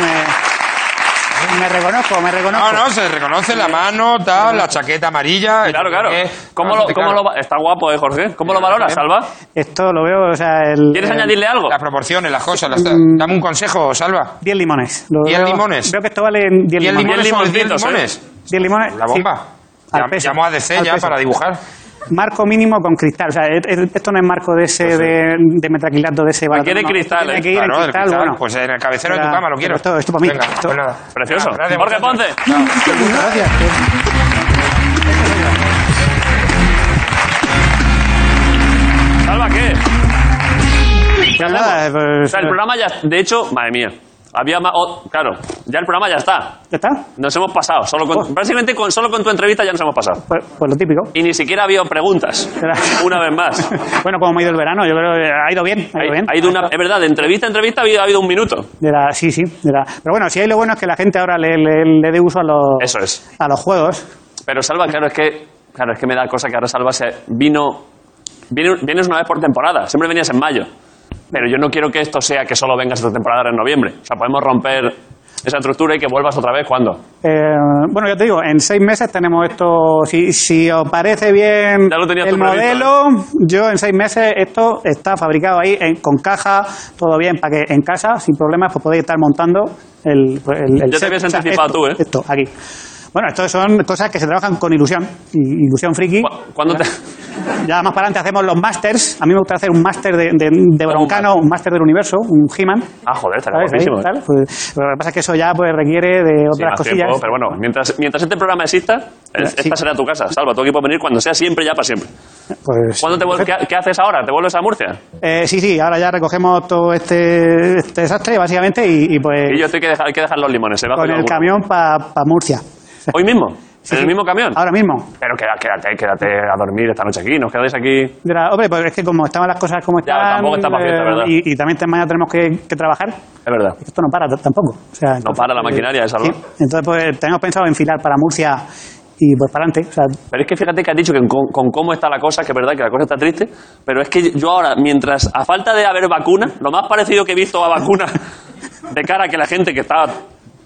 [SPEAKER 11] me, me reconozco, me
[SPEAKER 5] No,
[SPEAKER 11] reconozco.
[SPEAKER 5] no, se reconoce la mano, tal, la chaqueta amarilla. el
[SPEAKER 2] Claro, claro.
[SPEAKER 5] traje.
[SPEAKER 2] ¿Cómo
[SPEAKER 5] Eh, No,
[SPEAKER 2] lo,
[SPEAKER 5] sí,
[SPEAKER 2] cómo
[SPEAKER 5] claro.
[SPEAKER 2] lo va- está guapo, ¿eh, Jorge? ¿Cómo lo valoras, Salva?
[SPEAKER 11] Esto lo veo, o sea, el...
[SPEAKER 2] ¿Quieres
[SPEAKER 11] el-
[SPEAKER 2] añadirle algo?
[SPEAKER 5] Las proporciones, las cosas. las-
[SPEAKER 11] Mm.
[SPEAKER 5] Dame un consejo, Salva.
[SPEAKER 11] 10 limones. Lo
[SPEAKER 5] ¿Diez
[SPEAKER 11] veo-
[SPEAKER 5] limones?
[SPEAKER 11] Veo que esto vale
[SPEAKER 5] 10
[SPEAKER 11] 10 limones.
[SPEAKER 5] limones son 10
[SPEAKER 2] limoncitos,
[SPEAKER 5] limones.
[SPEAKER 11] Diez limones.
[SPEAKER 5] La
[SPEAKER 11] ¿eh? sí.
[SPEAKER 5] bomba.
[SPEAKER 11] Al
[SPEAKER 5] Ya-
[SPEAKER 11] peso.
[SPEAKER 5] Llamo a DC
[SPEAKER 11] Al
[SPEAKER 5] ya
[SPEAKER 11] peso.
[SPEAKER 5] para dibujar.
[SPEAKER 11] Marco mínimo con cristal. O sea, e- e- esto no es marco de ese de, de metacrilato de ese barato.
[SPEAKER 2] quiere
[SPEAKER 11] no,
[SPEAKER 2] cristal,
[SPEAKER 11] tiene
[SPEAKER 2] ¿eh?
[SPEAKER 11] que ir en
[SPEAKER 5] Claro, del
[SPEAKER 11] cristal,
[SPEAKER 5] cristal,
[SPEAKER 11] bueno.
[SPEAKER 5] Pues en el cabecero de tu
[SPEAKER 11] Era-
[SPEAKER 5] cama lo quiero.
[SPEAKER 11] Esto, esto para mí.
[SPEAKER 5] Venga,
[SPEAKER 11] Esto-
[SPEAKER 5] pues nada.
[SPEAKER 2] Precioso.
[SPEAKER 5] Gracias,
[SPEAKER 2] Jorge Ponce.
[SPEAKER 5] muchachos.
[SPEAKER 11] Muchas gracias.
[SPEAKER 5] eh.
[SPEAKER 2] ¿Salva qué?
[SPEAKER 11] Pues nada,
[SPEAKER 2] O
[SPEAKER 11] pues-
[SPEAKER 2] sea, el programa ya... De hecho, madre mía. Había más... o- claro, ya el programa ya está.
[SPEAKER 11] ¿Ya está?
[SPEAKER 2] Nos hemos pasado. Solo
[SPEAKER 5] Oh.
[SPEAKER 2] con, básicamente con, solo con tu entrevista ya nos hemos pasado.
[SPEAKER 11] Pues, pues lo típico.
[SPEAKER 2] Y ni siquiera había preguntas.
[SPEAKER 11] Era-
[SPEAKER 2] Una vez más.
[SPEAKER 11] bueno, como me ha ido el verano, yo creo que ha ido bien. Ha ido bien.
[SPEAKER 2] Ha ido una, em- es verdad, de entrevista a entrevista ha habido, ha habido un minuto.
[SPEAKER 11] De la- sí, sí. de la- pero bueno, si hay lo bueno es que la gente ahora le, le, le dé uso a los,
[SPEAKER 2] Eso es.
[SPEAKER 11] a los juegos.
[SPEAKER 2] Pero Salva, claro, es que, claro, es que me da cosa que ahora Salva se vino, viene- vienes una vez por temporada. Siempre venías en mayo. Pero yo no quiero que esto sea que solo vengas esta temporada ahora en noviembre. O sea, podemos romper esa estructura y que vuelvas otra vez cuando.
[SPEAKER 11] Eh, bueno, ya te digo, en seis meses tenemos esto. Si, si os parece bien
[SPEAKER 2] Ya lo tenías
[SPEAKER 11] el
[SPEAKER 2] tú previsto, ¿eh?
[SPEAKER 11] modelo, yo en seis meses esto está fabricado ahí en- con caja, todo bien, para que en casa, sin problemas, pues podéis estar montando el. el, el
[SPEAKER 2] Ya te
[SPEAKER 11] set.
[SPEAKER 2] habías anticipado
[SPEAKER 11] esto,
[SPEAKER 2] tú, ¿eh?
[SPEAKER 11] Esto, aquí. Bueno, esto son cosas que se trabajan con ilusión, y- ilusión friki.
[SPEAKER 2] Cu- cuando te-
[SPEAKER 11] Ya más para adelante hacemos los masters. A mí me gusta hacer un máster de, de, de Broncano, un máster del universo, un He-Man.
[SPEAKER 2] Ah, joder, estaría
[SPEAKER 11] ¿sabes? Ahí,
[SPEAKER 2] guapísimo. ¿eh?
[SPEAKER 11] tal. Pues, lo que pasa es que eso ya pues, requiere de
[SPEAKER 2] Sí,
[SPEAKER 11] otras
[SPEAKER 2] más
[SPEAKER 11] cosillas.
[SPEAKER 2] tiempo, pero bueno, mientras, mientras este programa exista, es-
[SPEAKER 11] Sí.
[SPEAKER 2] esta será tu casa. Salva, tu equipo venir cuando sea siempre, ya para siempre.
[SPEAKER 11] Pues,
[SPEAKER 2] ¿Cuándo te vuel- ¿qué, qué haces ahora? ¿Te vuelves a Murcia?
[SPEAKER 11] eh, sí, sí, ahora ya recogemos todo este, este desastre, básicamente, y, y pues
[SPEAKER 2] Y yo estoy que dejar, hay que dejar los limones. ¿eh? Bajo
[SPEAKER 11] con
[SPEAKER 2] yo
[SPEAKER 11] el
[SPEAKER 2] alguno.
[SPEAKER 11] camión para Murcia.
[SPEAKER 2] ¿Hoy mismo?
[SPEAKER 11] Sí,
[SPEAKER 2] ¿En
[SPEAKER 11] sí.
[SPEAKER 2] el mismo camión?
[SPEAKER 11] Ahora mismo.
[SPEAKER 2] Pero queda- quédate, quédate a dormir esta noche aquí. Nos quedáis aquí.
[SPEAKER 11] De la- hombre, pues es que como estaban las cosas como
[SPEAKER 2] Ya,
[SPEAKER 11] están.
[SPEAKER 2] tampoco está pa' fiesta,
[SPEAKER 11] eh,
[SPEAKER 2] ¿verdad?
[SPEAKER 11] Y, y también te- mañana tenemos que, que trabajar.
[SPEAKER 2] Es verdad.
[SPEAKER 11] Esto no para t- tampoco. O sea, entonces,
[SPEAKER 2] para la
[SPEAKER 11] eh,
[SPEAKER 2] maquinaria esa, ¿no?
[SPEAKER 11] sí. Entonces, pues tenemos pensado enfilar para Murcia y pues para adelante. O sea,
[SPEAKER 2] Pero es que fíjate que has dicho que con, con cómo está la cosa, que es verdad que la cosa está triste, pero es que yo ahora, mientras a falta de haber vacuna, lo más parecido que he visto a vacuna de cara a que la gente que está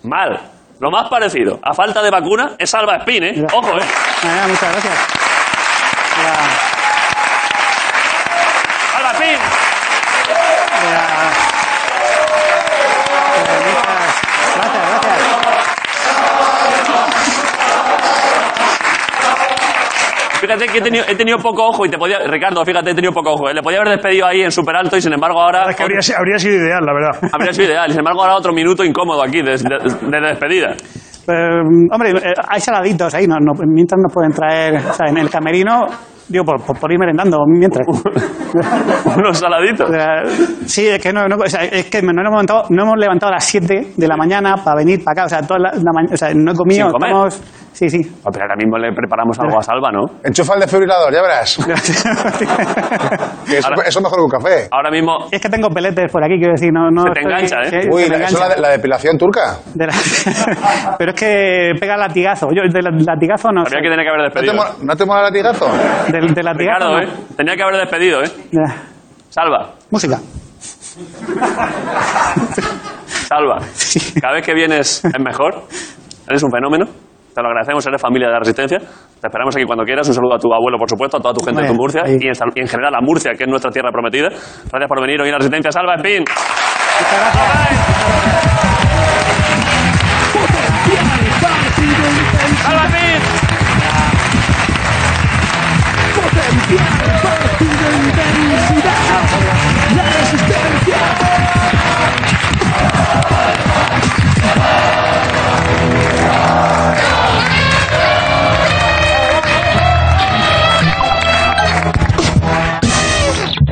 [SPEAKER 2] mal, lo más parecido a falta de vacuna es Salva Spin, ¿eh?
[SPEAKER 11] Mira.
[SPEAKER 2] Ojo, ¿eh?
[SPEAKER 11] nada, muchas gracias. De la-
[SPEAKER 2] Salva Spin.
[SPEAKER 11] de la- de muchas- Gracias, gracias.
[SPEAKER 2] Fíjate fíjate que he tenido, he tenido poco ojo y te podía. Ricardo, fíjate, he tenido poco ojo. ¿eh? Le podía haber despedido ahí en super alto y sin embargo ahora.
[SPEAKER 4] Es que habría, si- habría sido ideal, la verdad.
[SPEAKER 2] Habría sido ideal. y Sin embargo, ahora otro minuto incómodo aquí de, de- de despedida.
[SPEAKER 11] Eh, hombre, eh, hay saladitos ahí, no, no- mientras nos pueden traer o sea, en el camerino, digo, por, por- por ir merendando, mientras.
[SPEAKER 2] Uh, Unos saladitos.
[SPEAKER 11] sí, es que, no, no- o sea, es que no, hemos levantado, no hemos levantado a las 7 de la mañana para venir para acá, o sea, toda la, la mañana, o sea, no he comido,
[SPEAKER 2] Sin comer.
[SPEAKER 11] estamos- Sí, sí.
[SPEAKER 2] Oh, pero ahora mismo le preparamos algo a Salva, ¿no?
[SPEAKER 7] Enchufa el desfibrilador, ya verás. Que eso,
[SPEAKER 2] Ahora-
[SPEAKER 7] eso es mejor que un café.
[SPEAKER 2] Ahora mismo.
[SPEAKER 11] Es que tengo peletes por aquí, quiero decir, no... no
[SPEAKER 2] Se te engancha, ¿eh?
[SPEAKER 11] sí,
[SPEAKER 7] Uy,
[SPEAKER 11] se me
[SPEAKER 7] la- eso es
[SPEAKER 11] engancha.
[SPEAKER 7] la, la depilación turca.
[SPEAKER 11] De la- Pero es que pega latigazo. Yo de la- latigazo no.
[SPEAKER 2] Habría
[SPEAKER 11] soy.
[SPEAKER 2] que tener que haber
[SPEAKER 7] ¿No te,
[SPEAKER 2] despedido.
[SPEAKER 7] mola, ¿No te mola el latigazo?
[SPEAKER 11] Del- de latigazo.
[SPEAKER 2] Ricardo,
[SPEAKER 11] no.
[SPEAKER 2] ¿eh? Tenía que haber despedido, ¿eh?
[SPEAKER 11] Ya.
[SPEAKER 2] Salva,
[SPEAKER 11] Música.
[SPEAKER 2] salva. Cada vez que vienes es mejor. Eres un fenómeno. Te lo agradecemos, eres familia de la Resistencia. Te esperamos aquí cuando quieras. Un saludo a tu abuelo, por supuesto, a toda tu gente de tu
[SPEAKER 11] Hombre,
[SPEAKER 2] Murcia
[SPEAKER 11] ahí.
[SPEAKER 2] y en, sal- y en general a Murcia, que es nuestra tierra prometida. Gracias por venir hoy a la Resistencia. Salva, Spin.
[SPEAKER 11] Muchas gracias.